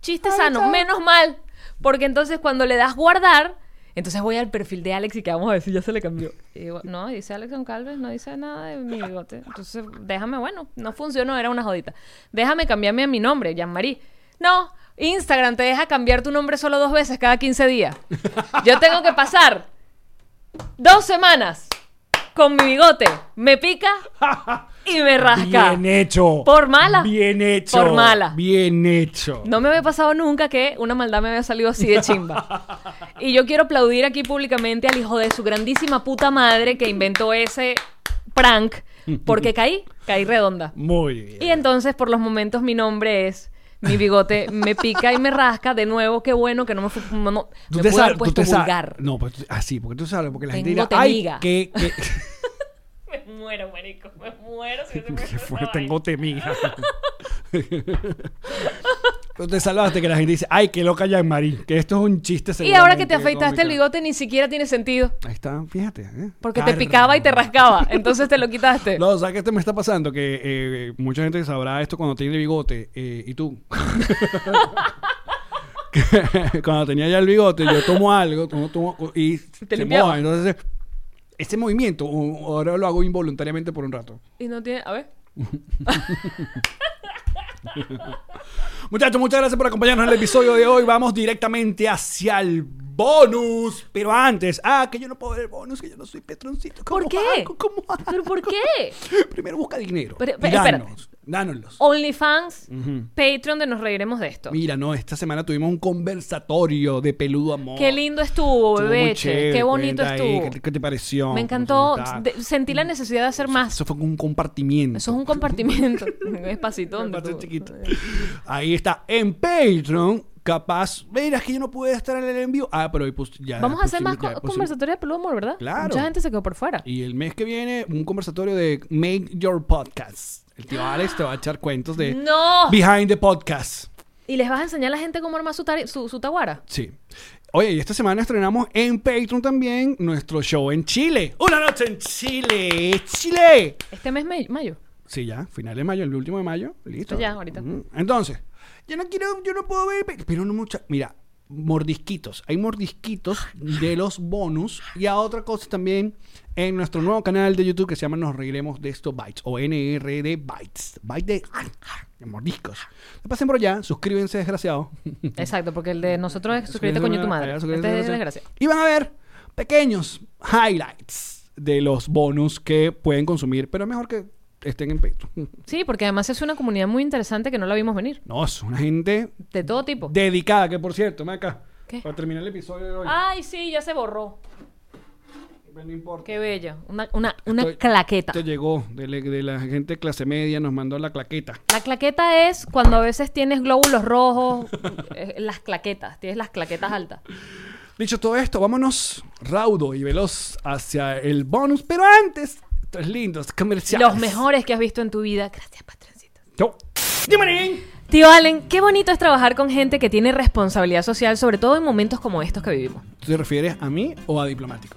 S1: chiste sano, menos mal. Porque entonces cuando le das guardar, entonces voy al perfil de Alex y que vamos a ver si ya se le cambió. Y digo, no, dice Alex Goncalves, no dice nada de mi bigote. Entonces déjame, bueno, no funcionó, era una jodita. Déjame cambiarme a mi nombre, Jean-Marie. No, Instagram te deja cambiar tu nombre solo dos veces cada 15 días. Yo tengo que pasar dos semanas con mi bigote. Me pica y me rasca.
S2: Bien hecho.
S1: Por mala.
S2: Bien hecho.
S1: Por mala.
S2: Bien hecho.
S1: No me había pasado nunca que una maldad me había salido así de chimba. Y yo quiero aplaudir aquí públicamente al hijo de su grandísima puta madre que inventó ese prank, porque caí, caí redonda.
S2: Muy bien.
S1: Y entonces, por los momentos, mi nombre es. Mi bigote me pica y me rasca. De nuevo, qué bueno que no me, fu- no- no- me pude haber puesto vulgar.
S2: No, pues así, porque tú sabes, porque la gente
S1: Tengo
S2: dirá, ay,
S1: temiga".
S2: que, que,
S1: Me muero, marico. Me muero. Si no
S2: que
S1: se
S2: fue, tengo temiga. Pero te salvaste que la gente dice, ay, qué loca Jean-Marie, que esto es un chiste
S1: Y ahora que
S2: seguramente,
S1: te afeitaste el
S2: cómica.
S1: bigote, ni siquiera tiene sentido.
S2: Ahí está, fíjate. ¿eh?
S1: Porque te
S2: Carro.
S1: picaba y te rascaba. Entonces te lo quitaste.
S2: No, ¿sabes qué te este me está pasando? Que eh, mucha gente sabrá esto cuando tiene bigote. eh, ¿Y tú? Que cuando tenía ya el bigote, yo tomo algo tomo- tomo- y
S1: Te
S2: se
S1: limpiaba.
S2: moja. Entonces, ese movimiento o- ahora lo hago involuntariamente por un rato.
S1: Y no tiene. A ver.
S2: Muchachos, muchas gracias por acompañarnos en el episodio de hoy. Vamos directamente hacia el bonus. Pero antes, ah, que yo no puedo ver el bonus, que yo no soy Petroncito. ¿Cómo
S1: ¿Por qué?
S2: hago? ¿Cómo hago?
S1: ¿Pero por qué?
S2: Primero busca dinero.
S1: Pero-
S2: y
S1: pero- espera.
S2: danos, dánoslos.
S1: OnlyFans, Patreon, de nos reiremos de esto.
S2: Mira, no, esta semana tuvimos un conversatorio de peludo amor.
S1: Qué lindo estuvo,
S2: Estuvo muy
S1: bebé.
S2: chévere,
S1: Qué bonito
S2: cuenta ahí,
S1: estuvo.
S2: ¿qué, qué te pareció?
S1: Me encantó.
S2: ¿Cómo está?
S1: de- sentí la necesidad de hacer más.
S2: Eso fue un compartimiento.
S1: Eso es un compartimiento. un espacito. donde
S2: Aparte
S1: tú- Eh,
S2: chiquito. Ahí está, en Patreon. Capaz, mira, es que yo no pude estar en el envío. Ah, pero hoy pues ya.
S1: Vamos a hacer
S2: pusimos-
S1: más
S2: ya
S1: co-
S2: pusimos-
S1: conversatorios de Peludo Amor, ¿verdad?
S2: Claro.
S1: Mucha gente se quedó por fuera.
S2: Y el mes que viene, un conversatorio de Make Your Podcast. El tío Alex te va a echar cuentos de
S1: ¡No!
S2: Behind the Podcast.
S1: Y les vas a enseñar a la gente cómo armar su, tari- su, su taguara.
S2: Sí. Oye, y esta semana estrenamos en Patreon también nuestro show en Chile. Una noche en Chile, Chile.
S1: Este mes me- mayo.
S2: Sí, ya, final de mayo, el último de mayo, listo.
S1: Ya, ahorita.
S2: Ujú. Entonces, yo no quiero, yo no puedo ver, pe- pero no mucha, mira, mordisquitos, hay mordisquitos de los bonus y a otra cosa también en nuestro nuevo canal de YouTube que se llama Nos Reiremos de esto Bytes o NRD Bytes, Bytes de, ah, de mordiscos. Pasen por allá, suscríbanse desgraciados.
S1: Exacto, porque el de nosotros es suscríbete coño tu madre.
S2: Allá,
S1: Este
S2: suscríbete,
S1: es
S2: suscríbete.
S1: desgracia.
S2: Y van a ver pequeños highlights de los bonus que pueden consumir, pero es mejor que estén en Patreon.
S1: Sí, porque además es una comunidad muy interesante que no la vimos venir.
S2: No, es una gente
S1: De todo tipo.
S2: dedicada, que por cierto, Maca,
S1: ¿Qué? Ah.
S2: para terminar el episodio de hoy, Pues
S1: Ay, sí, ya se borró.
S2: no importa.
S1: Qué bella. Una, una, una
S2: Estoy-
S1: claqueta.
S2: Esto llegó de, la- de la gente clase media, nos mandó la claqueta.
S1: La claqueta es cuando a veces tienes glóbulos rojos, eh, las claquetas, tienes las claquetas altas.
S2: Dicho todo esto, vámonos raudo y veloz hacia el bonus, pero antes, estos lindos comerciales.
S1: Los mejores que has visto en tu vida. Gracias, patroncito.
S2: Chau.
S1: Tío Allen, qué bonito es trabajar con gente que tiene responsabilidad social, sobre todo en momentos como estos que vivimos.
S2: ¿Tú te refieres a mí o a diplomático?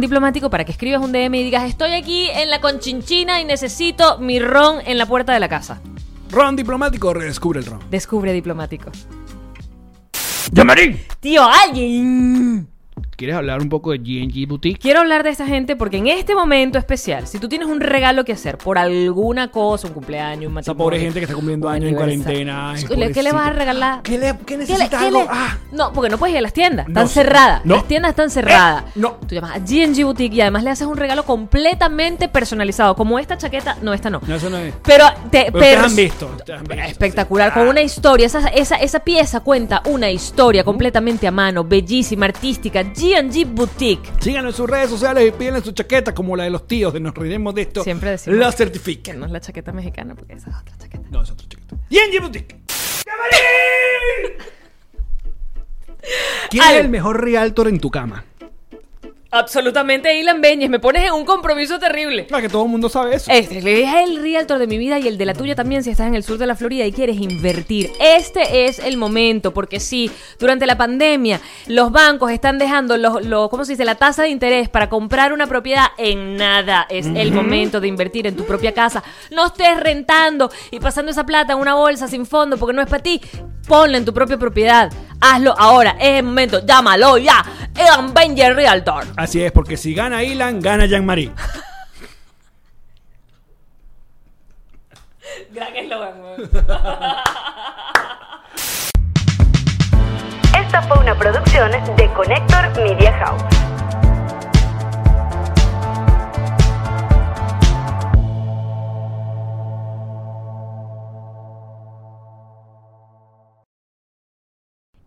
S1: diplomático, para que escribas un DM y digas, estoy aquí en la conchinchina y necesito mi ron en la puerta de la casa.
S2: Ron Diplomático, redescubre el ron.
S1: Descubre diplomático.
S2: ¡Yamarín!
S1: Tío, alguien.
S2: ¿Quieres hablar un poco de G&G Boutique?
S1: Quiero hablar de esta gente porque en este momento especial, si tú tienes un regalo que hacer por alguna cosa, un cumpleaños, un
S2: Esa
S1: matrimonio,
S2: pobre gente que está cumpliendo
S1: un
S2: años en
S1: aniversario.
S2: cuarentena. ay,
S1: ¿Qué le- ¿Qué le vas a
S2: pobrecito.
S1: regalar?
S2: ¿Qué, le, qué necesita
S1: ¿Qué le-
S2: algo?
S1: qué le-
S2: Ah,
S1: No, porque no puedes ir a las tiendas.
S2: No,
S1: Están cerradas.
S2: no.
S1: Las tiendas están cerradas.
S2: Eh, no.
S1: Tú llamas a GNG Boutique y además le haces un regalo completamente personalizado. Como esta chaqueta. No, esta no.
S2: no, eso no es.
S1: Pero te.
S2: Pero ustedes
S1: pers-
S2: han visto, ustedes han visto,
S1: Espectacular,
S2: sí. Ah.
S1: con una historia. Esa, esa, esa pieza cuenta una historia completamente a mano, bellísima, artística. GNG Boutique.
S2: Síganos en sus redes sociales y pídenle su chaqueta como la de los tíos de Nos Reiremos de Esto.
S1: Siempre decimos-
S2: La
S1: Que
S2: certifiquen.
S1: no es la chaqueta mexicana, porque esa es otra chaqueta.
S2: No, es otra chaqueta. G&G Boutique. ¡Yamarín! ¿Quién
S1: Al-
S2: es el mejor realtor en tu cama?
S1: Absolutamente, Ilan Beñez, me pones en un compromiso terrible.
S2: Ah, que todo el mundo sabe eso.
S1: Este es el realtor de mi vida y el de la tuya también si estás en el sur de la Florida y quieres invertir. Este es el momento, porque sí, durante la pandemia los bancos están dejando los, los- ¿cómo se dice? la tasa de interés para comprar una propiedad en nada. Es el momento de invertir en tu propia casa. No estés rentando y pasando esa plata en una bolsa sin fondo porque no es para ti. Ponla en tu propia propiedad. Hazlo ahora, es el momento. Llámalo ya. Ilan Beñez Realtor.
S2: Así es, porque si gana Ilan, gana Jean-Marie.
S1: Gran eslogan, weón.
S3: Esta fue una producción de Connector Media House.